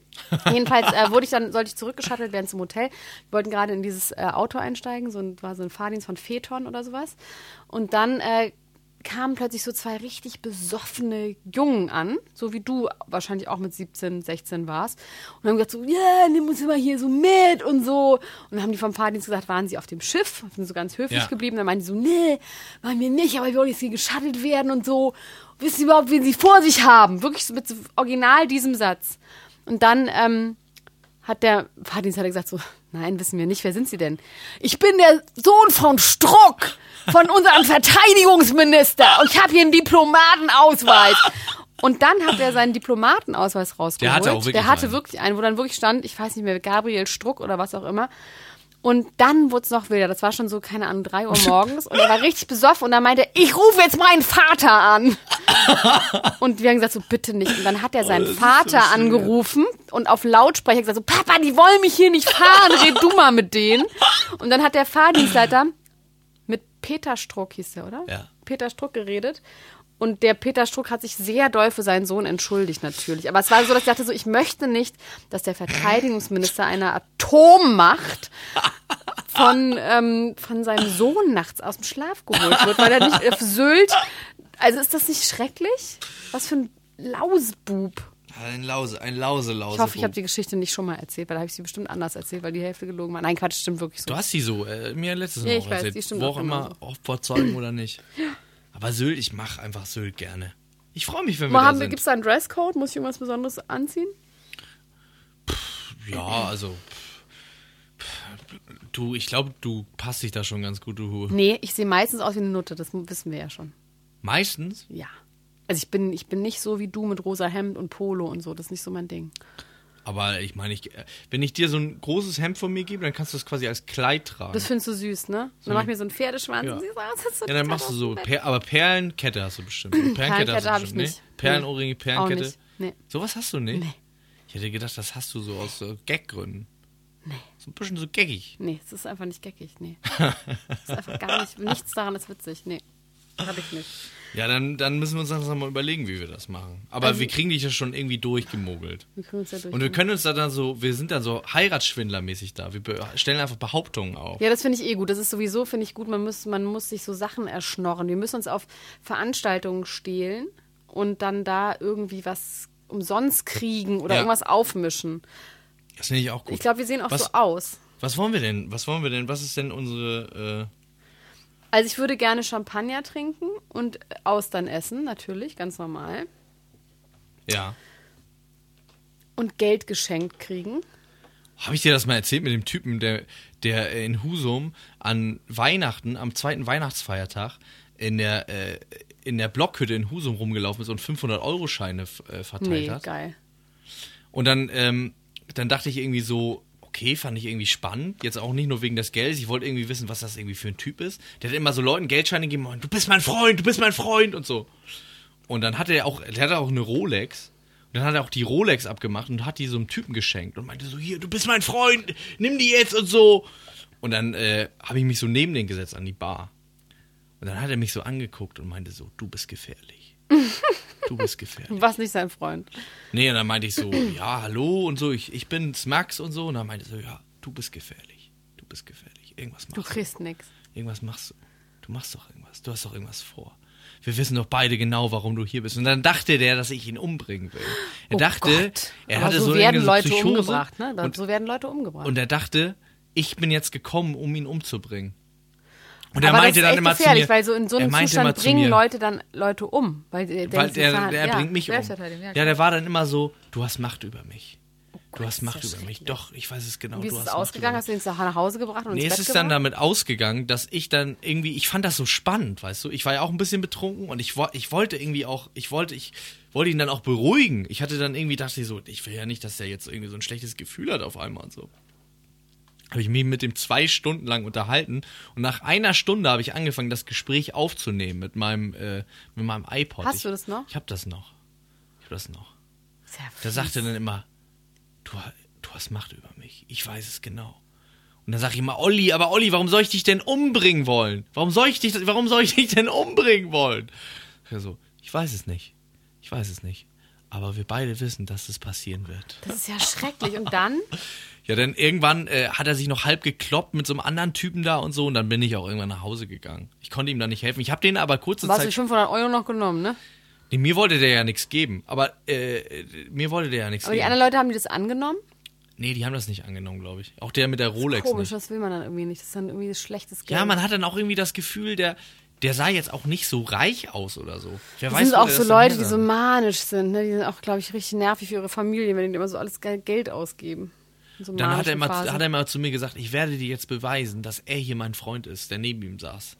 Speaker 4: Jedenfalls äh, wurde ich dann, sollte ich zurückgeschattelt werden zum Hotel. Wir wollten gerade in dieses äh, Auto einsteigen, so ein, war so ein Fahrdienst von Phaeton oder sowas. Und dann äh, kamen plötzlich so zwei richtig besoffene Jungen an, so wie du wahrscheinlich auch mit 17, 16 warst. Und haben gesagt so, ja, nimm uns immer hier so mit und so. Und dann haben die vom Fahrdienst gesagt, waren sie auf dem Schiff, sind so ganz höflich
Speaker 2: Ja.
Speaker 4: geblieben. Dann meinten die so, nee, waren wir nicht, aber wir wollen jetzt hier geschattelt werden und so. Wissen Sie überhaupt, wen Sie vor sich haben? Wirklich so mit so original diesem Satz. Und dann ähm, hat der Fahrdienst hat er gesagt so, nein, wissen wir nicht, wer sind Sie denn? Ich bin der Sohn von Struck, von unserem Verteidigungsminister und ich habe hier einen Diplomatenausweis. Und dann hat er seinen Diplomatenausweis rausgeholt.
Speaker 2: hatte auch wirklich
Speaker 4: der hatte
Speaker 2: einen.
Speaker 4: wirklich einen, wo dann wirklich stand, ich weiß nicht mehr, Gabriel Struck oder was auch immer. Und dann wurde es noch wilder. Das war schon so, keine Ahnung, 3 Uhr morgens. Und er war richtig besoffen und dann meinte er, ich rufe jetzt meinen Vater an. Und wir haben gesagt, so bitte nicht. Und dann hat er seinen
Speaker 2: das ist so
Speaker 4: Vater
Speaker 2: schön.
Speaker 4: angerufen und auf Lautsprecher gesagt, so Papa, die wollen mich hier nicht fahren, red du mal mit denen. Und dann hat der Fahrdienstleiter mit Peter Struck, hieß der, oder?
Speaker 2: Ja.
Speaker 4: Peter Struck geredet. Und der Peter Struck hat sich sehr doll für seinen Sohn entschuldigt, natürlich. Aber es war so, dass ich dachte so, ich möchte nicht, dass der Verteidigungsminister einer Atommacht von, ähm, von seinem Sohn nachts aus dem Schlaf geholt wird, weil er nicht auf Sylt. Also ist das nicht schrecklich? Was für ein Lausbub.
Speaker 2: Ein Lause, ein Lause, Lause.
Speaker 4: Ich hoffe, ich habe die Geschichte nicht schon mal erzählt, weil da habe ich sie bestimmt anders erzählt, weil die Hälfte gelogen war. Nein, Quatsch, stimmt wirklich so.
Speaker 2: Du hast die so, äh, mir letztes Mal
Speaker 4: Ja, ich
Speaker 2: auch
Speaker 4: weiß,
Speaker 2: erzählt.
Speaker 4: die stimmt
Speaker 2: Wo
Speaker 4: auch
Speaker 2: auch immer,
Speaker 4: genauso.
Speaker 2: ob vor Zeugen oder nicht. Aber Sylt, ich mache einfach Sylt gerne. Ich freue mich, wenn wir
Speaker 4: Mal
Speaker 2: da
Speaker 4: haben,
Speaker 2: sind.
Speaker 4: gibt's da einen Dresscode? Muss ich irgendwas Besonderes anziehen?
Speaker 2: ja, also. pff, pff, Du, ich glaube, du passt dich da schon ganz gut, du Hure.
Speaker 4: Nee, ich sehe meistens aus wie eine Nutte, das wissen wir ja schon.
Speaker 2: Meistens?
Speaker 4: Ja. Also ich bin, ich bin nicht so wie du mit rosa Hemd und Polo und so, das ist nicht so mein Ding.
Speaker 2: Aber ich meine, ich, äh, wenn ich dir so ein großes Hemd von mir gebe, dann kannst du es quasi als Kleid tragen.
Speaker 4: Das findest du süß, ne? Dann mach ich mir so einen Pferdeschwanz
Speaker 2: Ja.
Speaker 4: und siehst aus, als
Speaker 2: Ja, dann machst du so, per aber Perlenkette hast du bestimmt. Perlenkette hast
Speaker 4: Perlenkette
Speaker 2: du
Speaker 4: hab ich
Speaker 2: bestimmt,
Speaker 4: nicht.
Speaker 2: ne? Perlenohrringe,
Speaker 4: Nee.
Speaker 2: Perlenkette.
Speaker 4: Auch nicht. Nee.
Speaker 2: Sowas hast du nicht?
Speaker 4: Nee.
Speaker 2: Ich hätte gedacht, das hast du so aus äh, Gaggründen. Nee. So ein bisschen so gaggig.
Speaker 4: Nee, es ist einfach nicht geckig, nee. Es ist einfach gar nicht, nichts daran ist witzig, nee. Hab ich nicht.
Speaker 2: Ja, dann, dann müssen wir uns das mal überlegen, wie wir das machen. Aber wir kriegen dich ja schon irgendwie durchgemogelt.
Speaker 4: Also Wir können uns ja durch.
Speaker 2: Und wir können uns da dann so, wir sind dann so Heiratsschwindlermäßig da. Wir be- stellen einfach Behauptungen auf.
Speaker 4: Ja, das finde ich eh gut. Das ist sowieso, finde ich gut. Man muss, man muss sich so Sachen erschnorren. Wir müssen uns auf Veranstaltungen stehlen und dann da irgendwie was umsonst kriegen oder
Speaker 2: Ja.
Speaker 4: irgendwas aufmischen.
Speaker 2: Das finde ich auch gut.
Speaker 4: Ich glaube, wir sehen auch
Speaker 2: was,
Speaker 4: so aus.
Speaker 2: Was wollen wir denn? Was wollen wir denn? Was ist denn unsere. Äh,
Speaker 4: Also ich würde gerne Champagner trinken und Austern essen, natürlich, ganz normal.
Speaker 2: äh, ja.
Speaker 4: Und Geld geschenkt kriegen.
Speaker 2: Habe ich dir das mal erzählt mit dem Typen, der, der äh, in Husum an Weihnachten, am zweiten Weihnachtsfeiertag, in der, äh, in der Blockhütte in Husum rumgelaufen ist und 500-Euro-Scheine f- äh, verteilt
Speaker 4: Nee,
Speaker 2: hat?
Speaker 4: geil.
Speaker 2: Und dann, ähm, dann dachte ich irgendwie so, okay, fand ich irgendwie spannend. Jetzt auch nicht nur wegen des Geldes. Ich wollte irgendwie wissen, was das irgendwie für ein Typ ist. Der hat immer so Leuten Geldscheine gegeben und du bist mein Freund, du bist mein Freund und so. Und dann hatte er auch, der hatte auch eine Rolex. Und dann hat er auch die Rolex abgemacht und hat die so einem Typen geschenkt und meinte so, hier, du bist mein Freund, nimm die jetzt und so. Und dann äh, habe ich mich so neben den gesetzt an die Bar. Und dann hat er mich so angeguckt und meinte so, du bist gefährlich. Du bist gefährlich.
Speaker 4: Du warst nicht sein Freund.
Speaker 2: Nee, und dann meinte ich so, ja, hallo und so, ich, ich bin's, Max und so. Und dann meinte er so, ja, du bist gefährlich. Du bist gefährlich. Irgendwas
Speaker 4: Du
Speaker 2: machst du.
Speaker 4: kriegst nix.
Speaker 2: Irgendwas machst du. Du machst doch irgendwas. Du hast doch irgendwas vor. wir wissen doch beide genau, warum du hier bist. Und dann dachte der, dass ich ihn umbringen will. Er dachte, er
Speaker 4: Oh Aber
Speaker 2: hatte
Speaker 4: so
Speaker 2: so,
Speaker 4: werden
Speaker 2: eine so
Speaker 4: Leute
Speaker 2: Psychose
Speaker 4: umgebracht, ne? Da-
Speaker 2: und,
Speaker 4: so werden Leute umgebracht.
Speaker 2: und er dachte, ich bin jetzt gekommen, um ihn umzubringen. Und er
Speaker 4: Aber
Speaker 2: meinte dann
Speaker 4: das ist echt
Speaker 2: immer zu
Speaker 4: gefährlich,
Speaker 2: mir,
Speaker 4: weil so in so
Speaker 2: er
Speaker 4: einem
Speaker 2: meinte immer
Speaker 4: Zustand
Speaker 2: zu
Speaker 4: bringen
Speaker 2: mir,
Speaker 4: Leute dann Leute um, weil, der,
Speaker 2: weil der, der bringt mich um.
Speaker 4: Ja, Oh
Speaker 2: Ja, der war dann immer so, du hast Macht über mich. Du hast Macht über mich. Doch, ich weiß es genau.
Speaker 4: Wie
Speaker 2: du
Speaker 4: ist es
Speaker 2: hast Macht
Speaker 4: ausgegangen?
Speaker 2: über
Speaker 4: Hast du ihn nach Hause gebracht und
Speaker 2: Nee,
Speaker 4: ins
Speaker 2: es
Speaker 4: Bett
Speaker 2: ist
Speaker 4: gebracht?
Speaker 2: dann damit ausgegangen, dass ich dann irgendwie, ich fand das so spannend, weißt du? Ich war ja auch ein bisschen betrunken und ich, wo- ich wollte irgendwie auch, ich wollte, ich wollte ihn dann auch beruhigen. Ich hatte dann irgendwie, dachte ich so, ich will ja nicht, dass der jetzt irgendwie so ein schlechtes Gefühl hat auf einmal und so. Habe ich mich mit dem zwei Stunden lang unterhalten und nach einer Stunde habe ich angefangen, das Gespräch aufzunehmen mit meinem, äh, mit meinem iPod.
Speaker 4: Hast
Speaker 2: ich,
Speaker 4: du das noch?
Speaker 2: Ich habe das noch. Ich habe das noch.
Speaker 4: Sehr
Speaker 2: Der
Speaker 4: fies.
Speaker 2: sagte dann immer, du, du hast Macht über mich. Ich weiß es genau. Und dann sag ich immer, Olli, aber Olli, warum soll ich dich denn umbringen wollen? Warum soll ich dich, warum soll ich dich denn umbringen wollen? Er so, ich weiß es nicht. Ich weiß es nicht. Aber wir beide wissen, dass es passieren wird.
Speaker 4: Das ist ja schrecklich. Und dann?
Speaker 2: Ja, dann irgendwann äh, hat er sich noch halb gekloppt mit so einem anderen Typen da und so. Und dann bin ich auch irgendwann nach Hause gegangen. Ich konnte ihm da nicht helfen. Ich habe den aber kurze
Speaker 4: Hast du
Speaker 2: Zeit.
Speaker 4: 500 Euro noch genommen, ne?
Speaker 2: Nee, mir wollte der ja nichts geben. Aber äh, äh, mir wollte der ja nichts
Speaker 4: Aber die
Speaker 2: geben.
Speaker 4: anderen Leute haben die das angenommen?
Speaker 2: Nee, die haben das nicht angenommen, glaube ich. Auch der mit der Rolex
Speaker 4: Komisch,
Speaker 2: nicht.
Speaker 4: das will man dann irgendwie nicht. Das ist dann irgendwie das schlechtes Geld.
Speaker 2: ne? Ja, man hat dann auch irgendwie das Gefühl, der, der sah jetzt auch nicht so reich aus oder so. Wer
Speaker 4: Das
Speaker 2: weiß,
Speaker 4: sind
Speaker 2: wo
Speaker 4: auch
Speaker 2: der
Speaker 4: so
Speaker 2: das denn
Speaker 4: Leute, die
Speaker 2: her
Speaker 4: so
Speaker 2: hat.
Speaker 4: manisch sind. Ne? Die sind auch, glaube ich, richtig nervig für ihre Familien, wenn die immer so alles ge- Geld ausgeben. In So
Speaker 2: Dann hat er,
Speaker 4: manischen
Speaker 2: immer,
Speaker 4: Phasen.
Speaker 2: hat er immer zu mir gesagt, ich werde dir jetzt beweisen, dass er hier mein Freund ist, der neben ihm saß.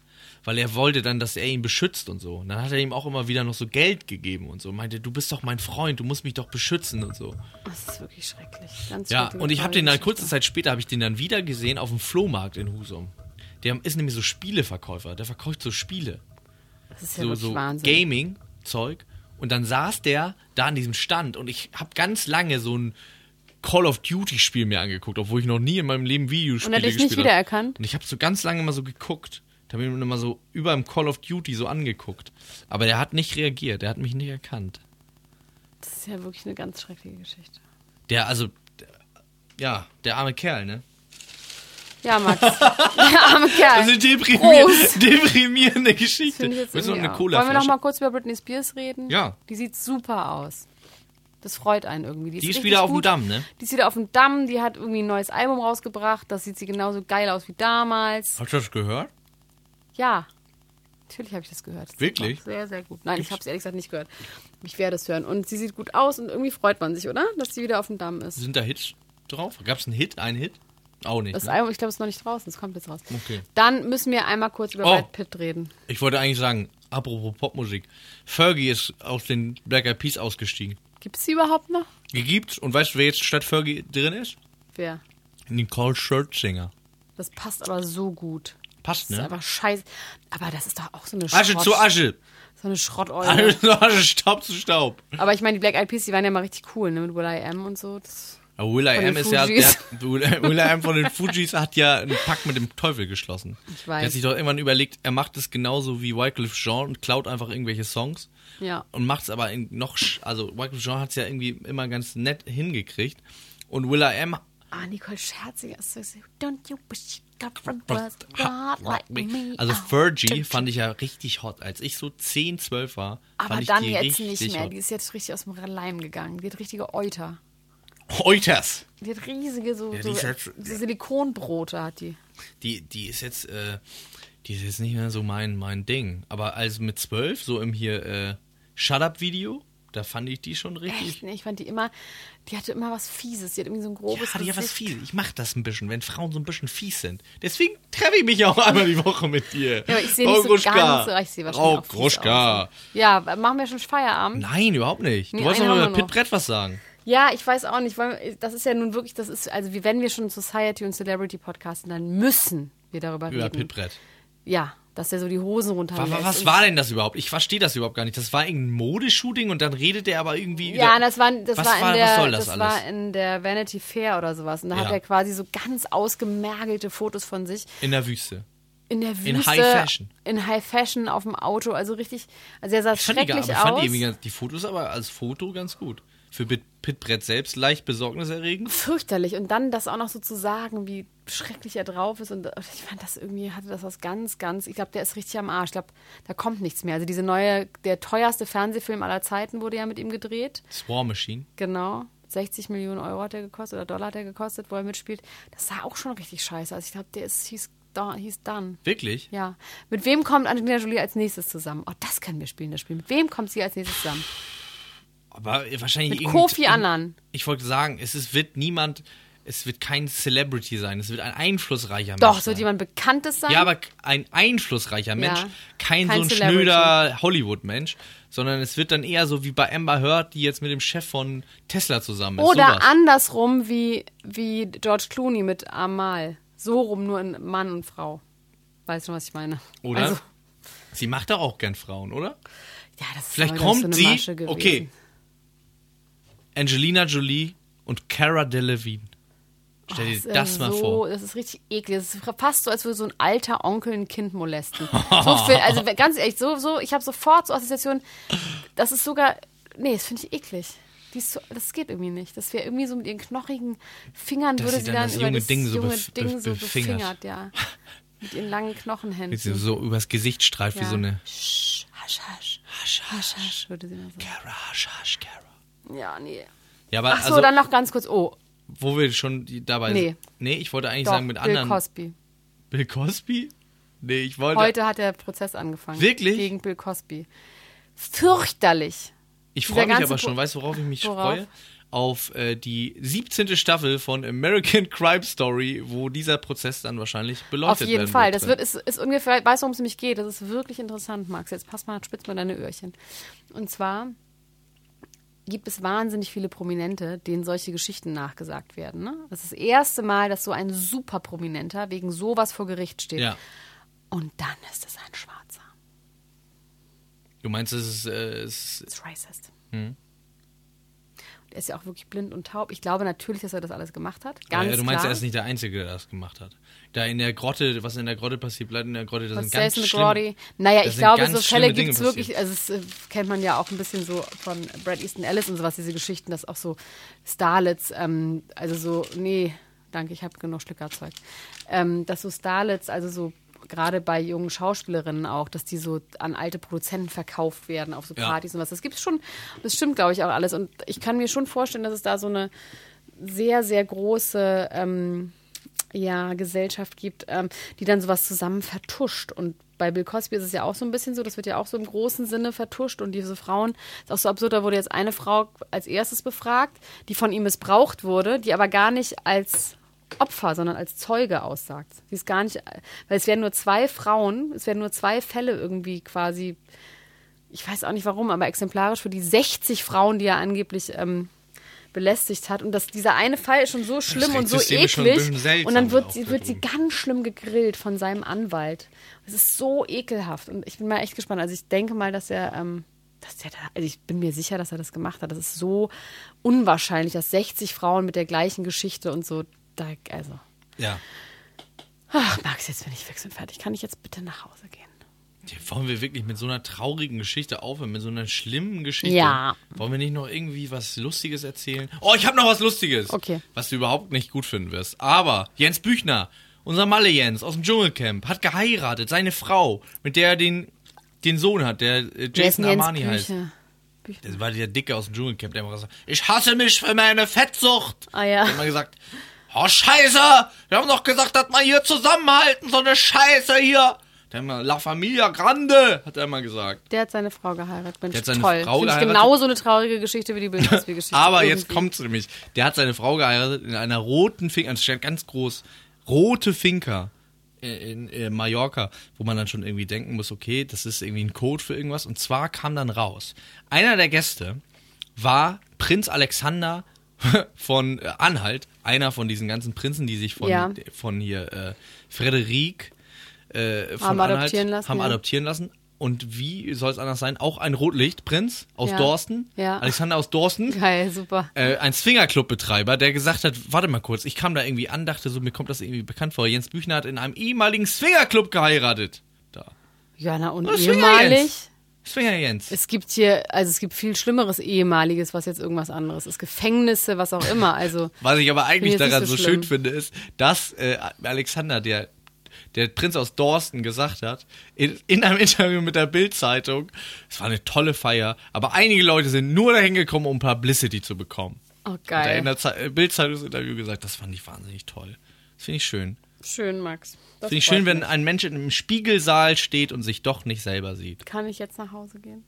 Speaker 2: Weil er wollte dann, dass er ihn beschützt und so. Und dann hat er ihm auch immer wieder noch so Geld gegeben und so. Meinte, du bist doch mein Freund, du musst mich doch beschützen und so.
Speaker 4: das ist wirklich schrecklich. Ganz
Speaker 2: Ja,
Speaker 4: schreckliche
Speaker 2: und ich habe den dann
Speaker 4: Geschichte.
Speaker 2: kurze Zeit später habe ich den dann wieder gesehen auf dem Flohmarkt in Husum. Der ist nämlich so Spieleverkäufer, der verkauft so Spiele.
Speaker 4: Das ist ja
Speaker 2: so,
Speaker 4: wirklich
Speaker 2: so
Speaker 4: Wahnsinn.
Speaker 2: Gaming-Zeug. Und dann saß der da an diesem Stand und ich habe ganz lange so ein Call of Duty-Spiel mir angeguckt, obwohl ich noch nie in meinem Leben Videospiele
Speaker 4: Und hat dich nicht
Speaker 2: gespielt hab.
Speaker 4: wiedererkannt?
Speaker 2: Und ich habe so ganz lange mal so geguckt. Da habe ich mir immer so über im Call of Duty so angeguckt. Aber der hat nicht reagiert, der hat mich nicht erkannt.
Speaker 4: Das ist ja wirklich eine ganz schreckliche Geschichte.
Speaker 2: Der, also, der, ja, der arme Kerl, ne?
Speaker 4: Ja, Max. Der arme Kerl.
Speaker 2: Also deprimier
Speaker 4: Prost.
Speaker 2: deprimierende
Speaker 4: Das finde ich
Speaker 2: Geschichte.
Speaker 4: jetzt
Speaker 2: Willst du noch
Speaker 4: irgendwie
Speaker 2: eine
Speaker 4: auch.
Speaker 2: Cola
Speaker 4: Wollen wir noch mal kurz über Britney Spears reden?
Speaker 2: Ja.
Speaker 4: Die sieht super aus. Das freut einen irgendwie.
Speaker 2: Die ist
Speaker 4: richtig
Speaker 2: wieder auf dem
Speaker 4: gut.
Speaker 2: Damm, ne?
Speaker 4: Die ist wieder auf dem Damm. Die hat irgendwie ein neues Album rausgebracht. Das sieht sie genauso geil aus wie damals.
Speaker 2: Hast du das gehört?
Speaker 4: Ja. Natürlich habe ich das gehört. Das
Speaker 2: Wirklich?
Speaker 4: war Sehr, sehr gut. Nein, ich habe es ehrlich gesagt nicht gehört. Ich werde es hören. Und sie sieht gut aus und irgendwie freut man sich, oder? Dass sie wieder auf dem Damm ist.
Speaker 2: Sind da Hits drauf? Gab es einen Hit? Einen Hit? Auch nicht.
Speaker 4: Das
Speaker 2: ne?
Speaker 4: Album, ich glaube, ist noch nicht draußen. Es kommt jetzt raus.
Speaker 2: Okay.
Speaker 4: Dann müssen wir einmal kurz über
Speaker 2: Oh.
Speaker 4: Brad Pitt reden.
Speaker 2: Ich wollte eigentlich sagen, apropos Popmusik, Fergie ist aus den Black Eyed Peas ausgestiegen.
Speaker 4: Gibt es sie überhaupt noch?
Speaker 2: Die gibt's und weißt du, wer jetzt statt Fergie drin ist?
Speaker 4: Wer?
Speaker 2: Nicole Scherzinger.
Speaker 4: Das passt aber so gut.
Speaker 2: Passt,
Speaker 4: Das ist
Speaker 2: ne?
Speaker 4: einfach scheiße. Aber das ist doch auch so eine
Speaker 2: Asche
Speaker 4: Schrott,
Speaker 2: zu Asche.
Speaker 4: So eine Schrotteule.
Speaker 2: Asche zu Asche, Staub zu Staub.
Speaker 4: Aber ich meine, die Black Eyed Peas, die waren ja mal richtig cool, ne? Mit Will I Am und so. Das,
Speaker 2: Ja, Will I
Speaker 4: Von
Speaker 2: Am
Speaker 4: den
Speaker 2: ist ja, der,
Speaker 4: Fujis.
Speaker 2: hat- Will Will I Am von den Fujis hat ja einen Pakt mit dem Teufel geschlossen.
Speaker 4: Ich weiß.
Speaker 2: Er hat sich doch irgendwann überlegt, er macht es genauso wie Wycliffe Jean und klaut einfach irgendwelche Songs.
Speaker 4: ja.
Speaker 2: und macht's aber in noch sch- also Michael Jean hat's ja irgendwie immer ganz nett hingekriegt und Will I Am
Speaker 4: Ah, Nicole Scherzinger ist so, so, don't you wish you got from was not like me.
Speaker 2: also
Speaker 4: Ah.
Speaker 2: Fergie fand ich ja richtig hot als ich so 10, 12 war
Speaker 4: Aber
Speaker 2: fand ich
Speaker 4: dann
Speaker 2: die
Speaker 4: jetzt
Speaker 2: richtig
Speaker 4: nicht mehr.
Speaker 2: hot.
Speaker 4: Die ist jetzt richtig aus dem Leim gegangen. Die hat richtige Euter.
Speaker 2: Euters
Speaker 4: Die hat riesige so,
Speaker 2: die
Speaker 4: so,
Speaker 2: ist halt jetzt-
Speaker 4: so Silikonbrote hat die.
Speaker 2: die die ist jetzt äh, die ist jetzt nicht mehr so mein mein Ding aber also mit 12 so im hier äh, Shut Up Video da fand ich die schon richtig
Speaker 4: Echt, ne? Ich fand die immer, die hatte immer was Fieses. Die hat irgendwie so ein
Speaker 2: ja,
Speaker 4: grobes
Speaker 2: die ja was
Speaker 4: Gesicht.
Speaker 2: fies. Ich mach das ein bisschen, wenn Frauen so ein bisschen fies sind. Deswegen treffe ich mich auch einmal die Woche mit dir.
Speaker 4: Ja, aber ich sehe nicht
Speaker 2: Oh,
Speaker 4: so
Speaker 2: Gruschka.
Speaker 4: ganz so reich. Ich sehe wahrscheinlich
Speaker 2: Oh,
Speaker 4: auch fies
Speaker 2: Gruschka.
Speaker 4: aus. Ja, machen wir schon Feierabend?
Speaker 2: Nein, überhaupt nicht. Du
Speaker 4: Nee,
Speaker 2: wolltest
Speaker 4: einen
Speaker 2: noch
Speaker 4: haben
Speaker 2: über
Speaker 4: wir noch.
Speaker 2: Pitbrett was sagen.
Speaker 4: Ja, ich weiß auch nicht. wollen wir- Das ist ja nun wirklich, das ist, also wie wenn wir schon Society und Celebrity podcasten, dann müssen wir darüber
Speaker 2: Über
Speaker 4: reden.
Speaker 2: Pitbrett.
Speaker 4: Ja, dass er so die Hosen runter.
Speaker 2: Was, was war denn das überhaupt? Ich verstehe das überhaupt gar nicht. Das war irgendein Modeshooting und dann redet der aber irgendwie
Speaker 4: Ja,
Speaker 2: über...
Speaker 4: das war, das
Speaker 2: was
Speaker 4: war in
Speaker 2: war-
Speaker 4: der,
Speaker 2: was soll das
Speaker 4: das
Speaker 2: alles?
Speaker 4: war in der Vanity Fair oder sowas. Und da hat
Speaker 2: Ja.
Speaker 4: er quasi so ganz ausgemergelte Fotos von sich
Speaker 2: in der Wüste.
Speaker 4: in der Wüste,
Speaker 2: High Fashion.
Speaker 4: in High Fashion auf dem Auto. Also richtig, also er sah
Speaker 2: Ich fand die, gar-
Speaker 4: schrecklich
Speaker 2: aber ich
Speaker 4: aus.
Speaker 2: fand die, irgendwie ganz- die Fotos aber als Foto ganz gut. für Pit- Pitbrett selbst leicht besorgniserregend.
Speaker 4: Fürchterlich. Und dann das auch noch so zu sagen, wie schrecklich er drauf ist. Und ich fand das irgendwie, hatte das was ganz, ganz. Ich glaube, der ist richtig am Arsch. Ich glaube, da kommt nichts mehr. Also diese neue, der teuerste Fernsehfilm aller Zeiten wurde ja mit ihm gedreht.
Speaker 2: Swar Machine.
Speaker 4: Genau. 60 Millionen Euro hat er gekostet oder Dollar hat er gekostet, wo er mitspielt. Das sah auch schon richtig scheiße. Also ich glaube, der ist, hieß, Don- hieß Dunn.
Speaker 2: Wirklich?
Speaker 4: Ja. Mit wem kommt Angelina Jolie als nächstes zusammen? Oh, das können wir spielen, das Spiel. Mit wem kommt sie als nächstes zusammen?
Speaker 2: Aber wahrscheinlich
Speaker 4: Mit
Speaker 2: irgend-
Speaker 4: Kofi Annan.
Speaker 2: Ich wollte sagen, es ist, wird niemand, es wird kein Celebrity sein, es wird ein einflussreicher
Speaker 4: Doch,
Speaker 2: Mensch
Speaker 4: es wird
Speaker 2: sein.
Speaker 4: jemand Bekanntes sein?
Speaker 2: Ja, aber k- ein einflussreicher Mensch, kein,
Speaker 4: Kein
Speaker 2: so ein
Speaker 4: Celebrity.
Speaker 2: schnöder Hollywood-Mensch, sondern es wird dann eher so wie bei Amber Heard, die jetzt mit dem Chef von Tesla zusammen ist.
Speaker 4: Oder
Speaker 2: sowas.
Speaker 4: andersrum wie, wie George Clooney mit Amal. So rum, nur in Mann und Frau. Weißt du, was ich meine?
Speaker 2: Oder?
Speaker 4: Also,
Speaker 2: Sie macht doch auch gern Frauen, oder?
Speaker 4: ja, das ist
Speaker 2: Vielleicht
Speaker 4: aber das ist so
Speaker 2: kommt
Speaker 4: eine
Speaker 2: sie.
Speaker 4: Masche gewesen.
Speaker 2: Okay. Angelina Jolie und Cara Delevingne. Stell dir
Speaker 4: ist ja
Speaker 2: das mal
Speaker 4: äh, so,
Speaker 2: vor.
Speaker 4: Das ist richtig eklig. Das ist fast so, als würde so ein alter Onkel ein Kind molesten. So viel, also ganz ehrlich, so, so, ich habe sofort so Assoziationen. Das ist sogar, nee, das finde ich eklig. Die ist so, das geht irgendwie nicht. Das wäre irgendwie so mit ihren knochigen Fingern
Speaker 2: Dass
Speaker 4: würde
Speaker 2: sie
Speaker 4: sie
Speaker 2: dann
Speaker 4: dann,
Speaker 2: das
Speaker 4: über
Speaker 2: junge
Speaker 4: das
Speaker 2: Ding so
Speaker 4: junge
Speaker 2: bef-
Speaker 4: Ding
Speaker 2: bef-
Speaker 4: so
Speaker 2: befingert.
Speaker 4: befingert, ja. Mit ihren langen Knochenhänden.
Speaker 2: Wie sie so übers Gesicht streift wie
Speaker 4: Ja.
Speaker 2: so eine.
Speaker 4: Sch, hasch, hasch,
Speaker 2: Hasch,
Speaker 4: hasch, hasch, würde sie mal sagen.
Speaker 2: Cara, hasch, hasch, Cara.
Speaker 4: Ja, nee.
Speaker 2: Ja, aber
Speaker 4: Ach so,
Speaker 2: also,
Speaker 4: dann noch ganz kurz. Oh,
Speaker 2: wo wir schon die- dabei
Speaker 4: Nee.
Speaker 2: sind. Nee, ich wollte eigentlich
Speaker 4: doch,
Speaker 2: sagen mit
Speaker 4: Bill
Speaker 2: anderen.
Speaker 4: Cosby.
Speaker 2: Bill Cosby? Nee, ich wollte.
Speaker 4: Heute hat der Prozess angefangen.
Speaker 2: Wirklich?
Speaker 4: Gegen Bill Cosby. Fürchterlich.
Speaker 2: Ich
Speaker 4: Dieser
Speaker 2: freue mich
Speaker 4: ganze
Speaker 2: aber schon,
Speaker 4: Pro-
Speaker 2: weißt du, worauf ich mich
Speaker 4: Worauf?
Speaker 2: freue? Auf äh, die 17. Staffel von American Crime Story, wo dieser Prozess dann wahrscheinlich beleuchtet
Speaker 4: Auf
Speaker 2: wird.
Speaker 4: jeden Fall. Das wird, ist, ist ungefähr, weißt du, worum es mich geht? Das ist wirklich interessant, Max. Jetzt pass mal, spitz mal deine Öhrchen. Und zwar gibt es wahnsinnig viele Prominente, denen solche Geschichten nachgesagt werden. Ne? Das ist das erste Mal, dass so ein super Prominenter wegen sowas vor Gericht steht.
Speaker 2: Ja.
Speaker 4: Und dann ist es ein Schwarzer.
Speaker 2: Du meinst, es ist, äh, es ist
Speaker 4: Das ist racist.
Speaker 2: Hm.
Speaker 4: Und er ist ja auch wirklich blind und taub. Ich glaube natürlich, dass er das alles gemacht hat. Ganz
Speaker 2: ja, Äh, du meinst,
Speaker 4: klar.
Speaker 2: er ist nicht der Einzige, der das gemacht hat. Da in der Grotte, was in der Grotte passiert, bleibt in der Grotte, das
Speaker 4: Was
Speaker 2: sind ganz
Speaker 4: Jason
Speaker 2: schlimm,
Speaker 4: McGrady. Naja,
Speaker 2: das
Speaker 4: ich
Speaker 2: sind
Speaker 4: glaube,
Speaker 2: ganz
Speaker 4: so Fälle
Speaker 2: schlimme Dinge
Speaker 4: gibt es wirklich, also es äh, kennt man ja auch ein bisschen so von Brad Easton Ellis und sowas, diese Geschichten, dass auch so Starlets, ähm, also so, nee, danke, ich habe genug Schlickerzeug, ähm, dass so Starlets, also so gerade bei jungen Schauspielerinnen auch, dass die so an alte Produzenten verkauft werden auf so
Speaker 2: Ja.
Speaker 4: Partys und was. Das gibt es schon, das stimmt, glaube ich, auch alles. Und ich kann mir schon vorstellen, dass es da so eine sehr, sehr große ähm, ja, Gesellschaft gibt, ähm, die dann sowas zusammen vertuscht. Und bei Bill Cosby ist es ja auch so ein bisschen so, das wird ja auch so im großen Sinne vertuscht. Und diese Frauen, ist auch so absurd, da wurde jetzt eine Frau als erstes befragt, die von ihm missbraucht wurde, die aber gar nicht als Opfer, sondern als Zeuge aussagt. Sie ist gar nicht, weil es werden nur zwei Frauen, es werden nur zwei Fälle irgendwie quasi, ich weiß auch nicht warum, aber exemplarisch für die 60 Frauen, die er angeblich ähm, belästigt hat. Und dass dieser eine Fall ist schon so schlimm und so
Speaker 2: Rechtssystem ist schon ein bisschen
Speaker 4: eklig.
Speaker 2: seltsam
Speaker 4: Und dann
Speaker 2: auch
Speaker 4: wird sie,
Speaker 2: da
Speaker 4: wird sie
Speaker 2: drüben.
Speaker 4: ganz schlimm gegrillt von seinem Anwalt. Es ist so ekelhaft. Und ich bin mal echt gespannt. Also ich denke mal, dass er. Ähm, dass der da, also ich bin mir sicher, dass er das gemacht hat. Das ist so unwahrscheinlich, dass 60 Frauen mit der gleichen Geschichte und so. Da, also.
Speaker 2: Ja.
Speaker 4: Ach, Max, jetzt bin ich fix und fertig. Kann ich jetzt bitte nach Hause gehen?
Speaker 2: Ja, Wollen wir wirklich mit so einer traurigen Geschichte aufhören, mit so einer schlimmen Geschichte?
Speaker 4: Ja.
Speaker 2: Wollen wir nicht noch irgendwie was Lustiges erzählen? Oh, ich habe noch was Lustiges.
Speaker 4: Okay.
Speaker 2: Was du überhaupt nicht gut finden wirst. Aber Jens Büchner, unser Malle Jens aus dem Dschungelcamp, hat geheiratet. Seine Frau, mit der er den, den Sohn hat, der äh, Jason Armani heißt. Das war der Dicke aus dem Dschungelcamp, der immer gesagt hat, ich hasse mich für meine Fettsucht.
Speaker 4: Ah, ja.
Speaker 2: Der hat immer gesagt, oh Scheiße, wir haben doch gesagt, dass man hier zusammenhalten, so eine Scheiße hier. Der hat immer, La Familia Grande, hat er immer gesagt.
Speaker 4: Der hat seine Frau geheiratet. Mensch,
Speaker 2: Der hat seine
Speaker 4: toll.
Speaker 2: Frau
Speaker 4: Finde ich
Speaker 2: geheiratet.
Speaker 4: genauso eine traurige Geschichte wie die Bill Cosby-Geschichte.
Speaker 2: Aber jetzt
Speaker 4: Irgendwie.
Speaker 2: kommt's nämlich. Der hat seine Frau geheiratet in einer roten Finca, es stand ganz groß, rote Finca äh, in, äh, Mallorca, wo man dann schon irgendwie denken muss, okay, das ist irgendwie ein Code für irgendwas. Und zwar kam dann raus, einer der Gäste war Prinz Alexander von äh, Anhalt, einer von diesen ganzen Prinzen, die sich von,
Speaker 4: Ja.
Speaker 2: von hier äh, Frederik äh, von
Speaker 4: Haben
Speaker 2: Anhalt
Speaker 4: adoptieren lassen,
Speaker 2: haben
Speaker 4: ja.
Speaker 2: adoptieren lassen. Und wie soll es anders sein? Auch ein Rotlichtprinz aus
Speaker 4: Ja.
Speaker 2: Dorsten,
Speaker 4: Ja.
Speaker 2: Alexander aus Dorsten,
Speaker 4: Geil, super.
Speaker 2: äh, ein Swingerclub-Betreiber, der gesagt hat, warte mal kurz, ich kam da irgendwie an, dachte so, mir kommt das irgendwie bekannt vor. Jens Büchner hat in einem ehemaligen Swingerclub geheiratet. Da.
Speaker 4: Ja, na und
Speaker 2: Das ist
Speaker 4: ehemalig.
Speaker 2: Jens. Swinger Jens.
Speaker 4: Es gibt hier, also es gibt viel schlimmeres ehemaliges, was jetzt irgendwas anderes ist. Gefängnisse, was auch immer. Also
Speaker 2: Was ich aber eigentlich
Speaker 4: Finde ich jetzt
Speaker 2: daran
Speaker 4: nicht
Speaker 2: so,
Speaker 4: so
Speaker 2: schön
Speaker 4: schlimm.
Speaker 2: finde, ist, dass äh, Alexander, der, der Prinz aus Dorsten, gesagt hat, in, in einem Interview mit der Bild-Zeitung, es war eine tolle Feier, aber einige Leute sind nur dahin gekommen, um Publicity zu bekommen.
Speaker 4: Oh,
Speaker 2: Hat er in
Speaker 4: geil.
Speaker 2: der Ze- äh, Bild-Zeitungsinterview gesagt, das fand ich wahnsinnig toll. Das finde ich schön.
Speaker 4: Schön, Max. Das
Speaker 2: Finde ich
Speaker 4: freut
Speaker 2: schön, wenn
Speaker 4: mich.
Speaker 2: ein Mensch in einem Spiegelsaal steht und sich doch nicht selber sieht.
Speaker 4: Kann ich jetzt nach Hause gehen?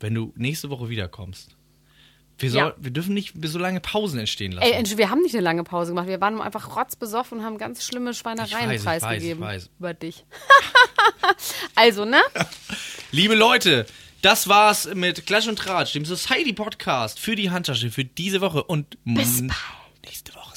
Speaker 2: Wenn du nächste Woche wiederkommst. Wir, soll,
Speaker 4: Ja.
Speaker 2: wir dürfen nicht so lange Pausen entstehen lassen.
Speaker 4: Ey, Entschuldigung, wir haben nicht eine lange Pause gemacht. Wir waren einfach rotzbesoffen und haben ganz schlimme
Speaker 2: Ich
Speaker 4: Schweinereien
Speaker 2: weiß, ich weiß, ich
Speaker 4: preisgegeben.
Speaker 2: weiß.
Speaker 4: Über dich. also, ne?
Speaker 2: Liebe Leute, das war's mit Klatsch und Tratsch, dem Society Podcast für die Handtasche für diese Woche und bis nächste Woche.